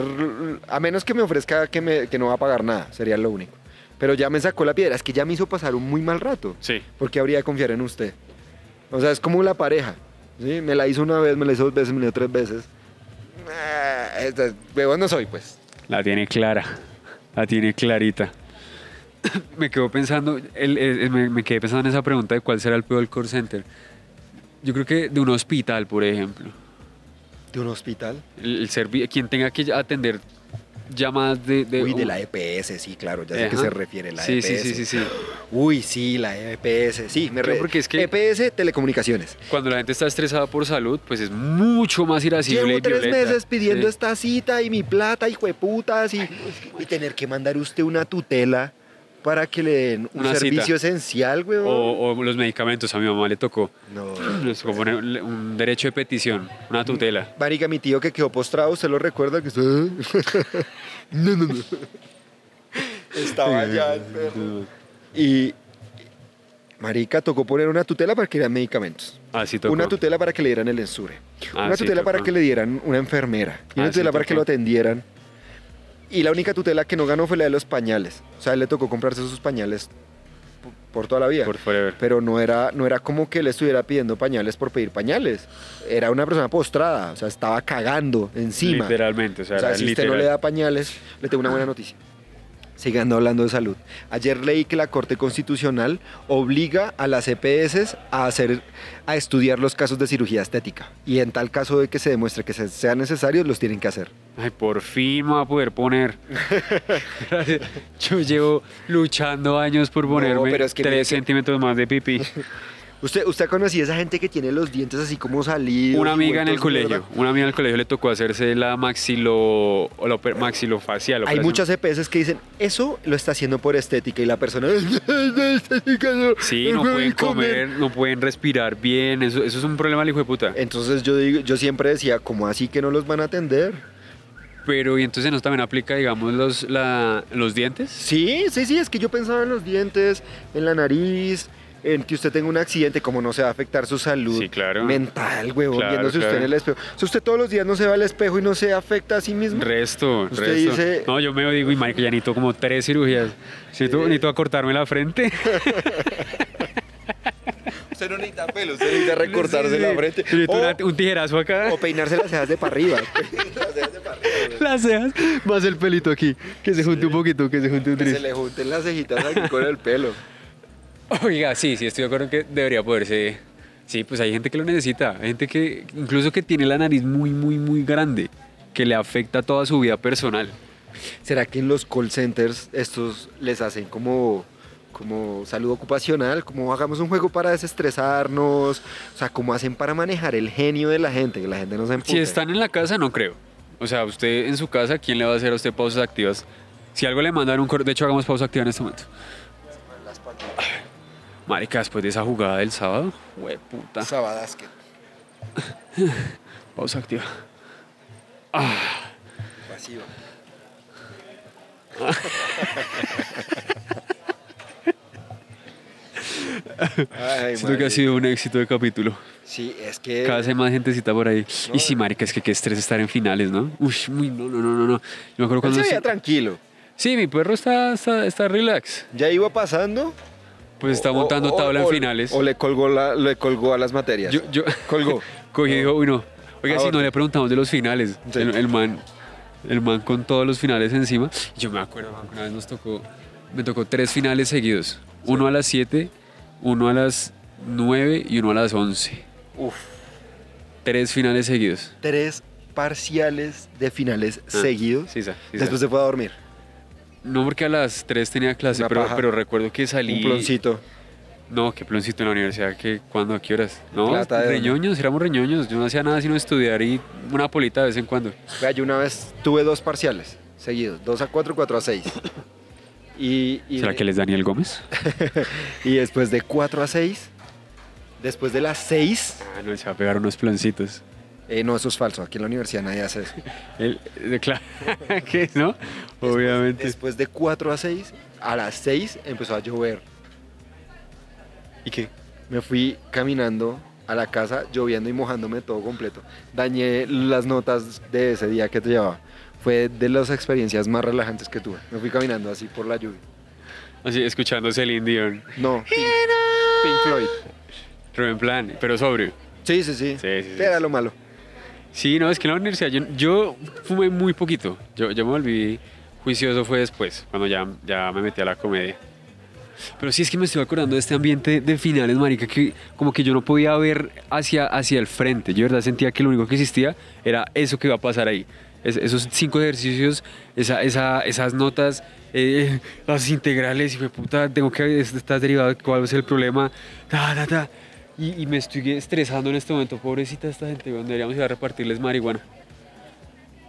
Speaker 3: a menos que me ofrezca que, me- que no va a pagar nada, sería lo único. Pero ya me sacó la piedra, es que ya me hizo pasar un muy mal rato.
Speaker 4: Sí.
Speaker 3: Porque habría de confiar en usted. O sea, es como la pareja. ¿sí? Me la hizo una vez, me la hizo dos veces, me la hizo tres veces. Ah, esta- Huevón no soy, pues.
Speaker 2: La tiene clara. La tiene clarita. [COUGHS] me quedo pensando, el- el- me, me quedé pensando en esa pregunta de cuál será el peor call center. Yo creo que de un hospital, por ejemplo.
Speaker 3: ¿De un hospital?
Speaker 2: El, el servi- quien tenga que atender llamadas de... de
Speaker 3: Uy, de la E EPS, sí, claro, ya sé
Speaker 2: Ajá.
Speaker 3: que se refiere la E
Speaker 2: Sí,
Speaker 3: EPS.
Speaker 2: sí, sí, sí, sí.
Speaker 3: Uy, sí, la EPS, sí, me
Speaker 2: Claro,
Speaker 3: re-
Speaker 2: porque es que-
Speaker 3: EPS, telecomunicaciones.
Speaker 2: Cuando la gente está estresada por salud, pues es mucho más irascible
Speaker 3: Llevo
Speaker 2: y
Speaker 3: tres
Speaker 2: violenta.
Speaker 3: meses pidiendo
Speaker 2: Sí.
Speaker 3: esta cita y mi plata, hijo de putas, y, y tener que mandar usted una tutela para que le den un
Speaker 2: Una cita.
Speaker 3: servicio esencial, weón.
Speaker 2: O, o los medicamentos, a mi mamá le tocó. [CLEARS THROAT]
Speaker 3: No.
Speaker 2: Le tocó poner un derecho de petición, una tutela.
Speaker 3: Marica, mi tío que quedó postrado, ¿usted lo recuerda? Que usted... ¿eh? [LAUGHS] no, no, no. Estaba allá el perro. Y, Marica, tocó poner una tutela para que dieran medicamentos.
Speaker 4: Así tocó.
Speaker 3: Una tutela para que le dieran el ensure.
Speaker 2: Ah,
Speaker 3: una
Speaker 2: sí,
Speaker 3: tutela para
Speaker 2: tocó.
Speaker 3: que le dieran una enfermera. Y una
Speaker 4: Ah, sí,
Speaker 3: tutela para
Speaker 4: tocó.
Speaker 3: que lo atendieran. Y la única tutela que no ganó fue la de los pañales. O sea, a él le tocó comprarse sus pañales por- por toda la vida.
Speaker 4: Por forever.
Speaker 3: Pero no era, no era como que le estuviera pidiendo pañales por pedir pañales. Era una persona postrada, o sea, estaba cagando encima.
Speaker 2: Literalmente, o sea,
Speaker 3: O sea,
Speaker 2: era
Speaker 3: si usted
Speaker 2: literal.
Speaker 3: no le da pañales, le tengo una buena noticia. Sigan hablando de salud. Ayer leí que la Corte Constitucional obliga a las EPS a, hacer, a estudiar los casos de cirugía estética. Y en tal caso de que se demuestre que se- sean necesarios, los tienen que hacer.
Speaker 2: Ay, por fin me va a poder
Speaker 3: [LAUGHS]
Speaker 2: poner. Yo llevo luchando años por ponerme
Speaker 3: pero es que mire
Speaker 2: 3
Speaker 3: que-
Speaker 2: centímetros más de pipí.
Speaker 3: ¿Usted, usted conocía a esa gente que tiene los dientes así como salidos?
Speaker 2: Una
Speaker 3: [LAUGHS] y
Speaker 2: amiga en el
Speaker 3: vueltos
Speaker 2: colegio,
Speaker 3: mierda?
Speaker 2: una amiga en el colegio le tocó hacerse la maxilo o la oper- maxilofacial.
Speaker 3: Hay
Speaker 2: operación.
Speaker 3: muchas EPS que dicen, eso lo está haciendo por estética. Y la persona... [LAUGHS] "Estética, no, [LAUGHS]
Speaker 2: Sí, no pueden comer, no pueden respirar bien, eso, eso es un problema del hijo de puta.
Speaker 3: Entonces yo, digo, yo siempre decía, ¿cómo así que no los van a atender?
Speaker 2: Pero y entonces nos también aplica, digamos, los, la- los dientes.
Speaker 3: Sí, sí, sí, es que yo pensaba en los dientes, en la nariz, en que usted tenga un accidente, como no se va a afectar su salud
Speaker 4: Sí, claro.
Speaker 3: mental, huevón,
Speaker 4: Claro,
Speaker 3: viéndose
Speaker 4: claro.
Speaker 3: usted en el espejo. Si usted todos los días no se va al espejo y no se afecta a sí mismo,
Speaker 4: Resto,
Speaker 3: Usted
Speaker 4: resto.
Speaker 3: dice- Eh.
Speaker 2: No, yo me digo, y marica, ya necesito como tres cirugías. Necesito, necesito acortarme la
Speaker 3: [LAUGHS]
Speaker 2: frente.
Speaker 3: usted no necesita pelo, usted necesita
Speaker 2: Sí, sí. Necesito
Speaker 3: O,
Speaker 2: una- un tijerazo acá.
Speaker 3: o peinarse las cejas de para arriba.
Speaker 2: [LAUGHS] Las cejas.
Speaker 3: Más el pelito aquí, que se junte un poquito, que se junte un
Speaker 2: tris.
Speaker 3: se le junten las cejitas aquí con el pelo.
Speaker 2: Oiga, sí, sí, estoy de acuerdo en que debería poderse. Sí, pues hay gente que lo necesita. Hay gente que, incluso que tiene la nariz muy, muy, muy grande, que le afecta toda su vida personal.
Speaker 3: ¿Será que en los call centers estos les hacen como, como salud ocupacional? Como hagamos un juego para desestresarnos. O sea, ¿cómo hacen para manejar el genio de la gente? Que la gente no se empute.
Speaker 2: Si están en la casa, no creo. O sea, usted en su casa, ¿quién le va a hacer a usted pausas activas? Si algo le mandan un correo, de hecho, hagamos pausa activa en este momento. Marica, después de esa jugada del sábado, güey, puta.
Speaker 3: Sabadasket.
Speaker 2: Pausa activa.
Speaker 3: Pasiva. Ay,
Speaker 2: Siento que ha
Speaker 3: marica.
Speaker 2: sido un éxito de capítulo.
Speaker 3: Sí, es que.
Speaker 2: Cada vez hay más gentecita por ahí. y sí, marica, es que qué estrés estar en finales, ¿no? Uy, uy, no, no, no, no, no. Yo me acuerdo
Speaker 3: Él
Speaker 2: cuando...
Speaker 3: se veía tranquilo.
Speaker 2: sí, mi perro está, está, está relax.
Speaker 3: Ya iba pasando.
Speaker 2: Pues está
Speaker 3: o-
Speaker 2: montando
Speaker 3: o-
Speaker 2: tabla
Speaker 3: o-
Speaker 2: en finales.
Speaker 3: O le colgó, la- le colgó a las materias.
Speaker 2: yo, yo
Speaker 3: Colgó.
Speaker 2: cogí y dijo, uy, no. Oiga, si
Speaker 3: Aborto.
Speaker 2: no le preguntamos de los finales.
Speaker 3: Ah, Sí.
Speaker 2: El, el man, el man con todos los finales encima. Yo me acuerdo, man, que una vez nos tocó, me tocó tres finales seguidos. Uno a las 7, uno a las 9 y uno a las 11.
Speaker 3: Uf.
Speaker 2: Tres finales seguidos.
Speaker 3: tres parciales de finales seguidos.
Speaker 4: Ah, Sí, sa, sí, sa.
Speaker 3: Después se fue a dormir.
Speaker 2: No, porque a las 3 tenía clase,
Speaker 3: Una
Speaker 2: pero,
Speaker 3: paja.
Speaker 2: pero recuerdo que salí.
Speaker 3: Un ploncito.
Speaker 2: No, qué ploncito en la universidad, que cuando, a qué horas. No,
Speaker 3: Plata de
Speaker 2: reñoños, éramos reñoños. Yo no hacía nada sino estudiar y una polita de vez en cuando.
Speaker 3: Vea, yo una vez tuve dos parciales seguidos, 2 a 4, 4 a 6. Y, y,
Speaker 2: ¿Será que él es Daniel Gómez?
Speaker 3: y después de 4 a 6, después de las 6,
Speaker 2: Ah, no, se va a pegar unos ploncitos.
Speaker 3: eh, no, eso es falso, aquí en la universidad nadie hace eso.
Speaker 2: Él, eh, claro, [LAUGHS] ¿qué? ¿No? Obviamente.
Speaker 3: Después de 4 a 6, a las 6 empezó a llover.
Speaker 2: ¿Y qué?
Speaker 3: Me fui caminando a la casa lloviendo y mojándome todo completo. Dañé las notas de ese día que te llevaba. Fue de las experiencias más relajantes que tuve. Me fui caminando así por la lluvia.
Speaker 2: Así, escuchando Celine Dion.
Speaker 4: [LAUGHS]
Speaker 3: No, Pink, Pink Floyd.
Speaker 2: Pero en plan, pero sobrio.
Speaker 3: Sí, sí, sí.
Speaker 4: Sí, sí, sí.
Speaker 3: Era lo malo.
Speaker 2: Sí, no, es que en la universidad yo, yo fumé muy poquito. Yo, yo me volví juicioso fue después, cuando ya, ya me metí a la comedia. Pero sí es que me estoy acordando de este ambiente de finales, marica, que como que yo no podía ver hacia, hacia el frente. Yo de verdad sentía que lo único que existía era eso que iba a pasar ahí. Es- esos cinco ejercicios, esa- esa- esas notas, eh, las integrales, y me puta, tengo que estar derivado, cuál es el problema, ta, ta, ta. Y, y me estoy estresando en este momento, pobrecita esta gente, weón, deberíamos ir a repartirles marihuana.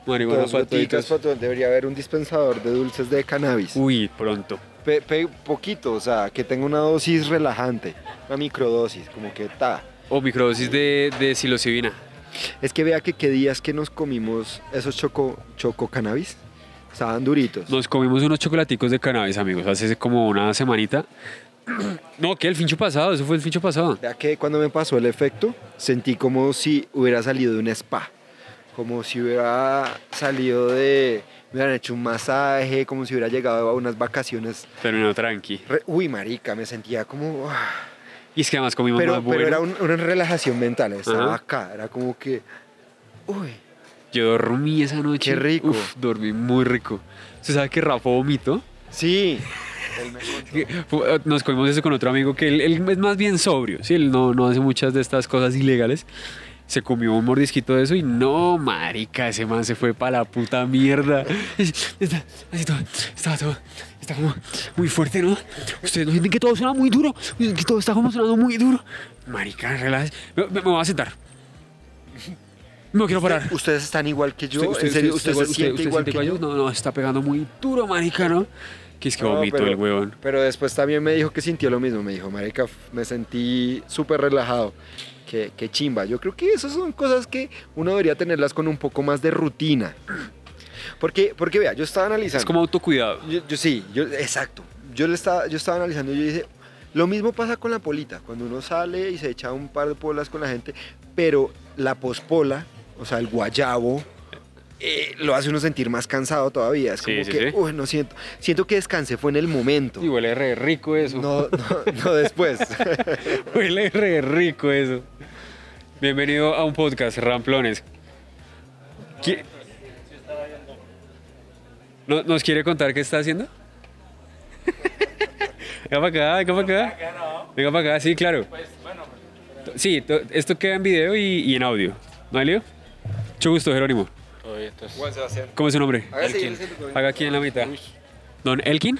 Speaker 2: Marihuana
Speaker 3: Dos
Speaker 2: para
Speaker 3: goticas,
Speaker 2: toditos.
Speaker 3: pa' todos. Debería haber un dispensador de dulces de cannabis.
Speaker 2: Uy, pronto.
Speaker 3: Pe- pe- poquito, o sea, que tenga una dosis relajante, una microdosis, como que ta.
Speaker 2: O microdosis de, de psilocibina.
Speaker 3: Es que vea que qué días que nos comimos esos choco, choco cannabis, estaban duritos.
Speaker 2: Nos comimos unos chocolaticos de cannabis, amigos, hace como una semanita. [CLEARS THROAT] No, que el fincho pasado, eso fue el fincho pasado.
Speaker 3: Vea que cuando me pasó el efecto, sentí como si hubiera salido de un spa. Como si hubiera salido de. Me hubieran hecho un masaje, como si hubiera llegado a unas vacaciones.
Speaker 2: Terminó tranqui.
Speaker 3: Re- Uy, marica, me sentía como. ah.
Speaker 2: Y es que además comimos
Speaker 3: Pero,
Speaker 2: más
Speaker 3: pero
Speaker 2: bueno.
Speaker 3: era un- una relajación mental, estaba
Speaker 2: Ajá.
Speaker 3: acá, era como que. Uy,
Speaker 2: Yo dormí esa noche.
Speaker 3: Qué rico.
Speaker 2: Uf, dormí muy rico. ¿Usted sabe que Rafa vomitó?
Speaker 3: sí.
Speaker 2: Que fu- eh, Nos comimos eso con otro amigo que él, él es más bien sobrio, ¿sí? Él no, no hace muchas de estas cosas ilegales. Se comió un mordisquito de eso y no, marica, ese man se fue para la puta mierda. [LAUGHS] Está, así todo, estaba todo, está como muy fuerte, ¿no? Ustedes no sienten que todo suena muy duro, que todo está como sonando muy duro. Marica, relájese. Me, me- me voy a sentar. No quiero parar.
Speaker 3: Ustedes están igual que yo.
Speaker 2: ¿Usted,
Speaker 3: en serio,
Speaker 2: usted-
Speaker 3: usted,
Speaker 2: usted-
Speaker 3: se
Speaker 2: usted-
Speaker 3: siente
Speaker 2: usted
Speaker 3: igual
Speaker 2: siente
Speaker 3: que yo.
Speaker 2: igual? No, no, está pegando muy duro, marica, ¿no? Que es que
Speaker 3: No,
Speaker 2: vomito
Speaker 3: pero-
Speaker 2: el huevón.
Speaker 3: Pero después también me dijo que sintió lo mismo. Me dijo, Marica, f- me sentí súper relajado. Qué, qué chimba. Yo creo que esas son cosas que uno debería tenerlas con un poco más de rutina. Porque, porque vea, yo estaba analizando.
Speaker 2: Es como autocuidado.
Speaker 3: Yo, yo sí, yo, exacto. Yo, le estaba, yo estaba analizando y yo dije, lo mismo pasa con la polita, cuando uno sale y se echa un par de polas con la gente, pero la pospola, o sea, el guayabo, eh, lo hace uno sentir más cansado todavía. Es
Speaker 2: Sí,
Speaker 3: como
Speaker 2: sí,
Speaker 3: que,
Speaker 2: sí.
Speaker 3: uy, no siento, siento que descansé, fue en el momento.
Speaker 2: Y huele re rico eso.
Speaker 3: No, no, no después.
Speaker 2: [LAUGHS] Huele re rico eso. Bienvenido a un podcast, Ramplones. ¿Qui- ¿No- ¿Nos quiere contar qué está haciendo? venga para acá, venga para acá. Venga para acá, sí, claro. To- Sí, to- esto queda en video y, y en audio. ¿No hay lío? Mucho gusto, Jerónimo. ¿Cómo es su nombre? Haga aquí en la mitad. Don Elkin.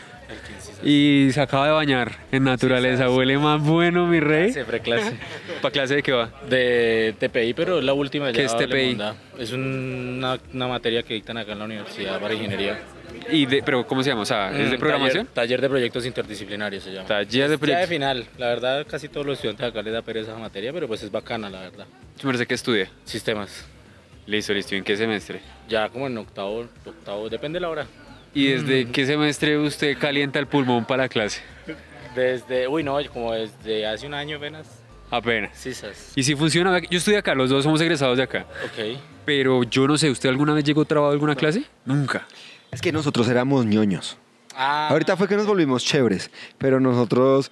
Speaker 2: Y se acaba de bañar en naturaleza. Huele más bueno, mi rey.
Speaker 6: Se preclase.
Speaker 2: ¿Para clase de qué va?
Speaker 6: [LAUGHS] De TPI, pero es la última.
Speaker 2: ¿Qué
Speaker 6: ya
Speaker 2: es
Speaker 6: le
Speaker 2: TPI?
Speaker 6: manda. Es una, una materia que dictan acá en la universidad para ingeniería.
Speaker 2: ¿Y de, pero cómo se llama? O sea, ¿es de
Speaker 6: Mm,
Speaker 2: programación?
Speaker 6: Taller, taller de proyectos interdisciplinarios se llama.
Speaker 2: Taller de
Speaker 6: Ya de
Speaker 2: proyectos.
Speaker 6: final, la verdad casi todos los estudiantes acá les da pereza esa materia, pero pues es bacana la verdad.
Speaker 2: Me parece que estudia.
Speaker 6: Sistemas,
Speaker 2: Listo, listo. ¿Y en qué semestre?
Speaker 6: ya como en octavo, octavo, depende de la hora.
Speaker 2: ¿Y desde qué semestre usted calienta el pulmón para la clase?
Speaker 6: Desde, uy no, como desde hace un año apenas,
Speaker 2: Apenas.
Speaker 6: sisas.
Speaker 2: ¿Y si funciona? Yo estudié acá, los dos somos egresados de acá.
Speaker 6: Ok.
Speaker 2: Pero yo no sé, ¿usted alguna vez llegó trabado a alguna clase? Nunca.
Speaker 3: es que nosotros éramos ñoños.
Speaker 6: Ah,
Speaker 3: Ahorita fue que nos volvimos chéveres, pero nosotros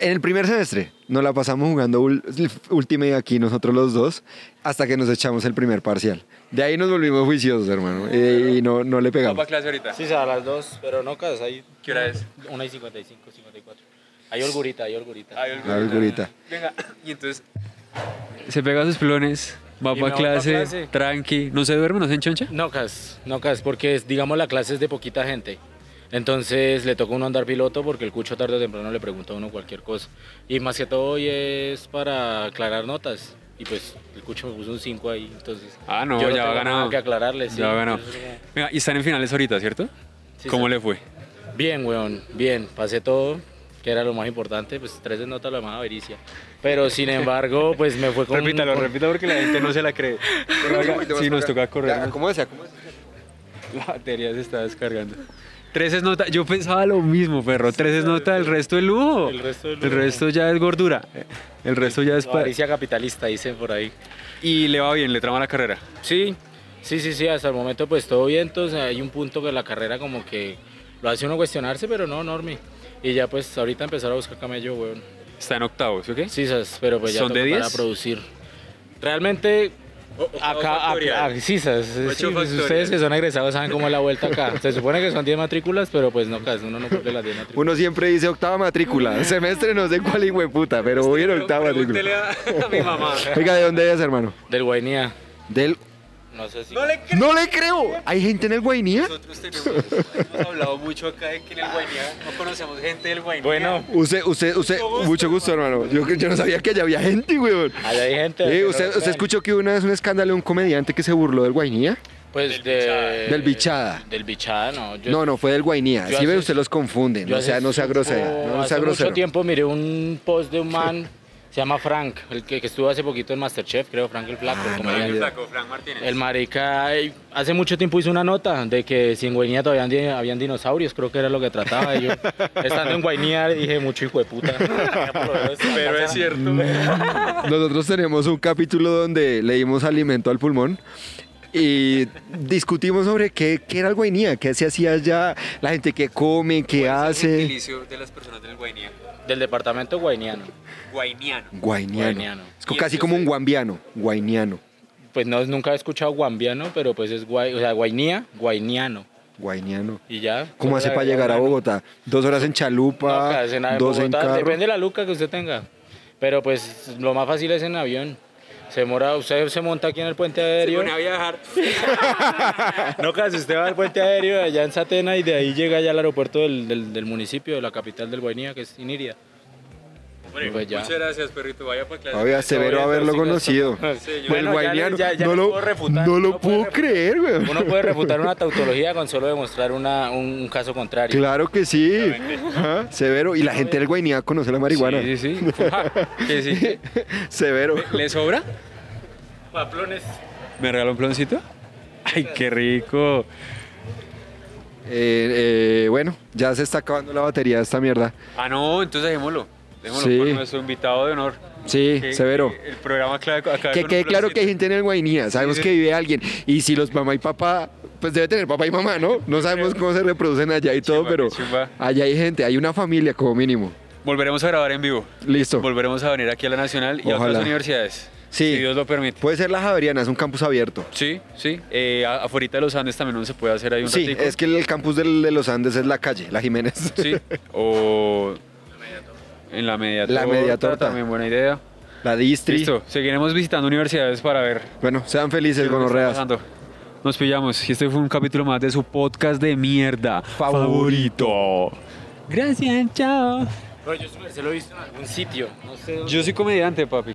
Speaker 3: en el primer semestre nos la pasamos jugando ul- Ultimate aquí nosotros los dos hasta que nos echamos el primer parcial. De ahí nos volvimos juiciosos, hermano, y, y no, no le pegamos.
Speaker 2: clase ahorita?
Speaker 6: sisas a las dos, pero no casas, ahí.
Speaker 2: ¿Qué hora es?
Speaker 6: Una y 55, 54. Hay holgurita, hay holgurita.
Speaker 3: La virgulita.
Speaker 2: Venga, y entonces... Se pega sus plones, va
Speaker 6: Y
Speaker 2: para
Speaker 6: me voy pa'
Speaker 2: clase,
Speaker 6: clase.
Speaker 2: tranqui. ¿No se duerme, no se enchoncha?
Speaker 6: No cas, no cas, porque es- digamos la clase es de poquita gente. Entonces le toca a uno andar piloto porque el cucho tarde o temprano le pregunta a uno cualquier cosa. Y más que todo hoy es para aclarar notas. Y pues el cucho me puso un 5 ahí, entonces.
Speaker 2: Ah, no,
Speaker 6: yo
Speaker 2: ya va
Speaker 6: tengo
Speaker 2: ganado.
Speaker 6: nada que aclararle, sí.
Speaker 2: Ya va ganado.
Speaker 6: Entonces, como-
Speaker 2: Venga, y están en finales ahorita, ¿cierto?
Speaker 6: Sí,
Speaker 2: ¿Cómo
Speaker 6: sí.
Speaker 2: le fue?
Speaker 6: Bien, weón, bien. Pasé todo, que era lo más importante. Pues tres de nota la más avericia. Pero sin embargo, pues me fue con...
Speaker 4: Repítalo,
Speaker 6: con-
Speaker 4: repítalo porque la gente no se la cree.
Speaker 2: Sí, nos toca correr.
Speaker 3: Ya, ¿Cómo decía? ¿Cómo decía?
Speaker 2: La batería se está descargando. Tres es nota. Yo pensaba lo mismo, perro. Tres es nota, el resto es lujo.
Speaker 6: El resto es
Speaker 2: El
Speaker 6: lujo.
Speaker 2: resto ya es gordura. El resto ya es
Speaker 6: La
Speaker 2: pa-
Speaker 6: Avaricia capitalista, dicen por ahí.
Speaker 2: Y le va bien, le trama la carrera.
Speaker 6: Sí, sí, sí, sí, hasta el momento pues todo bien, entonces hay un punto que la carrera como que lo hace uno cuestionarse, pero no, Normi. Y ya pues ahorita empezar a buscar camello, weón.
Speaker 2: Está en octavos, ¿ok?
Speaker 6: Sí, sas, pero pues ya
Speaker 2: ¿Son de
Speaker 6: toca
Speaker 2: 10?
Speaker 6: para producir. Realmente acá a, a- sí, sas, sí, pues, ustedes que son egresados saben cómo es la
Speaker 3: [LAUGHS]
Speaker 6: vuelta acá. Se supone que son 10 matrículas, pero pues no, cas, uno no cumple las 10 matrículas.
Speaker 3: Uno siempre dice octava
Speaker 2: [LAUGHS]
Speaker 3: matrícula, semestre no sé cuál hijo de puta, pero voy en octava matrícula.
Speaker 2: a, mi mamá.
Speaker 3: Oiga, ¿de dónde es, hermano?
Speaker 6: Del Guainía.
Speaker 3: Del
Speaker 6: No sé si
Speaker 3: No le creo. ¿Hay gente en el Guainía?
Speaker 2: Nosotros hemos hablado mucho acá de que en el Guainía no conocemos gente del Guainía.
Speaker 6: Bueno,
Speaker 3: Usted, usted, usted, mucho gusto, hermano. Yo, yo no sabía que allá había gente, weón.
Speaker 6: allá hay
Speaker 3: Eh,
Speaker 6: gente. que no
Speaker 3: ¿usted,
Speaker 6: lo
Speaker 3: usted
Speaker 6: sabe.
Speaker 3: escuchó que una vez un escándalo de un comediante que se burló del Guainía?
Speaker 6: Pues de-
Speaker 3: Del Bichada.
Speaker 6: Del Bichada, no. yo-
Speaker 3: No, no, fue del Guainía.
Speaker 6: yo
Speaker 3: Si ve,
Speaker 6: hace-
Speaker 3: usted los confunde.
Speaker 6: Yo
Speaker 3: O sea,
Speaker 6: hace
Speaker 3: no sea grosera.
Speaker 6: tiempo-
Speaker 3: No sea
Speaker 6: hace mucho
Speaker 3: grosero.
Speaker 6: tiempo miré un post de un man Se llama Frank, el que, que estuvo hace poquito en Masterchef, creo, Frank el Flaco.
Speaker 3: Ah,
Speaker 6: el, comediante. El marica eh, hace mucho tiempo hizo una nota de que si en Guainía todavía andi- habían dinosaurios, creo que era lo que trataba. Y yo, estando en Guainía, dije mucho hijo de puta.
Speaker 8: [LAUGHS] Pero es cierto.
Speaker 3: Nosotros tenemos un capítulo donde leímos alimento al pulmón y discutimos sobre qué, qué era el guainía, qué se hacía allá, la gente que come,
Speaker 2: Pues,
Speaker 3: qué hace.
Speaker 9: gentilicio de las personas del Guainía.
Speaker 6: Del departamento guainiano.
Speaker 9: Guainiano.
Speaker 3: Guainiano.
Speaker 6: Guainiano.
Speaker 3: Es co- casi como un guambiano, guainiano,
Speaker 6: Pues no, nunca he escuchado guambiano, pero pues es guay, o sea, Guainía, guainiano.
Speaker 3: guainiano.
Speaker 6: Y ya. Pues
Speaker 3: ¿Cómo hace para llegar a Bogotá? Dos horas en
Speaker 6: No,
Speaker 3: chalupa,
Speaker 6: casi nada, en
Speaker 3: dos
Speaker 6: Bogotá,
Speaker 3: en carro.
Speaker 6: Depende de la luca que usted tenga. Pero pues lo más fácil es en avión. Se demora, usted se monta aquí en el puente aéreo.
Speaker 9: Pone a viajar.
Speaker 6: [LAUGHS] No, casi usted va al puente aéreo allá en Satena y de ahí llega ya al aeropuerto del, del- del municipio, de la capital del Guainía, que es Iniria.
Speaker 9: Bueno,
Speaker 6: Pues ya.
Speaker 9: muchas gracias, perrito. Vaya para clase.
Speaker 3: Oiga, severo haberlo conocido. Pues
Speaker 9: Señor.
Speaker 3: El
Speaker 6: Bueno, ya le-
Speaker 3: guainiano.
Speaker 6: ya- ya
Speaker 3: no
Speaker 6: le
Speaker 3: lo,
Speaker 6: puedo refutar,
Speaker 3: no lo
Speaker 6: no puede
Speaker 3: puedo
Speaker 6: refutar.
Speaker 3: creer, güey. [LAUGHS]
Speaker 6: Uno puede refutar una tautología con solo demostrar una- un, un caso contrario.
Speaker 3: Claro que sí. Ajá, Severo. Y la gente del guainía conoce la marihuana.
Speaker 10: Sí,
Speaker 2: [LAUGHS]
Speaker 10: sí, sí.
Speaker 9: Que sí.
Speaker 3: [LAUGHS] Severo.
Speaker 10: ¿Le sobra?
Speaker 6: Paplones.
Speaker 10: ¿Me regaló un ploncito? Ay, qué rico.
Speaker 3: Eh, eh, bueno, ya se está acabando la batería de esta mierda.
Speaker 2: Ah, no, entonces dejémoslo. Dejémoslo
Speaker 3: Sí.
Speaker 2: por nuestro invitado de honor.
Speaker 3: Sí,
Speaker 2: Que-
Speaker 3: severo.
Speaker 2: que El programa clave acaba
Speaker 3: Que
Speaker 2: con un
Speaker 3: quede claro
Speaker 2: plebiscito.
Speaker 3: que hay gente en el Guainía, sabemos que vive alguien. Y si los mamá y papá, pues debe tener papá y mamá, ¿no? No sabemos cómo se reproducen allá y todo,
Speaker 2: Chimba,
Speaker 3: pero
Speaker 2: qué chimba.
Speaker 3: allá hay gente, hay una familia como mínimo.
Speaker 2: Volveremos a grabar en vivo.
Speaker 3: Listo.
Speaker 2: Volveremos a venir aquí a la Nacional y a
Speaker 3: Ojalá.
Speaker 2: otras universidades.
Speaker 3: Sí.
Speaker 2: Si Dios lo permite.
Speaker 3: Puede ser la Javeriana, es un campus abierto.
Speaker 2: Sí, sí. Eh, a- afuera de los Andes también uno se puede hacer ahí un
Speaker 3: Sí,
Speaker 2: ratico.
Speaker 3: es que el campus del- de los Andes es la calle, la Jiménez.
Speaker 2: Sí. O en la media torta.
Speaker 3: La media torta.
Speaker 2: También buena idea.
Speaker 3: [LAUGHS] La Distri.
Speaker 2: Listo. Seguiremos visitando universidades para ver
Speaker 3: Bueno, sean felices,
Speaker 2: nos está
Speaker 3: gonorreas.
Speaker 2: pasando. Nos pillamos. Y este fue un capítulo más de su podcast de mierda
Speaker 3: Favorito.
Speaker 2: favorito. Gracias, chao.
Speaker 6: Pero yo se lo he visto en algún sitio, no sé dónde.
Speaker 2: Yo soy comediante, papi.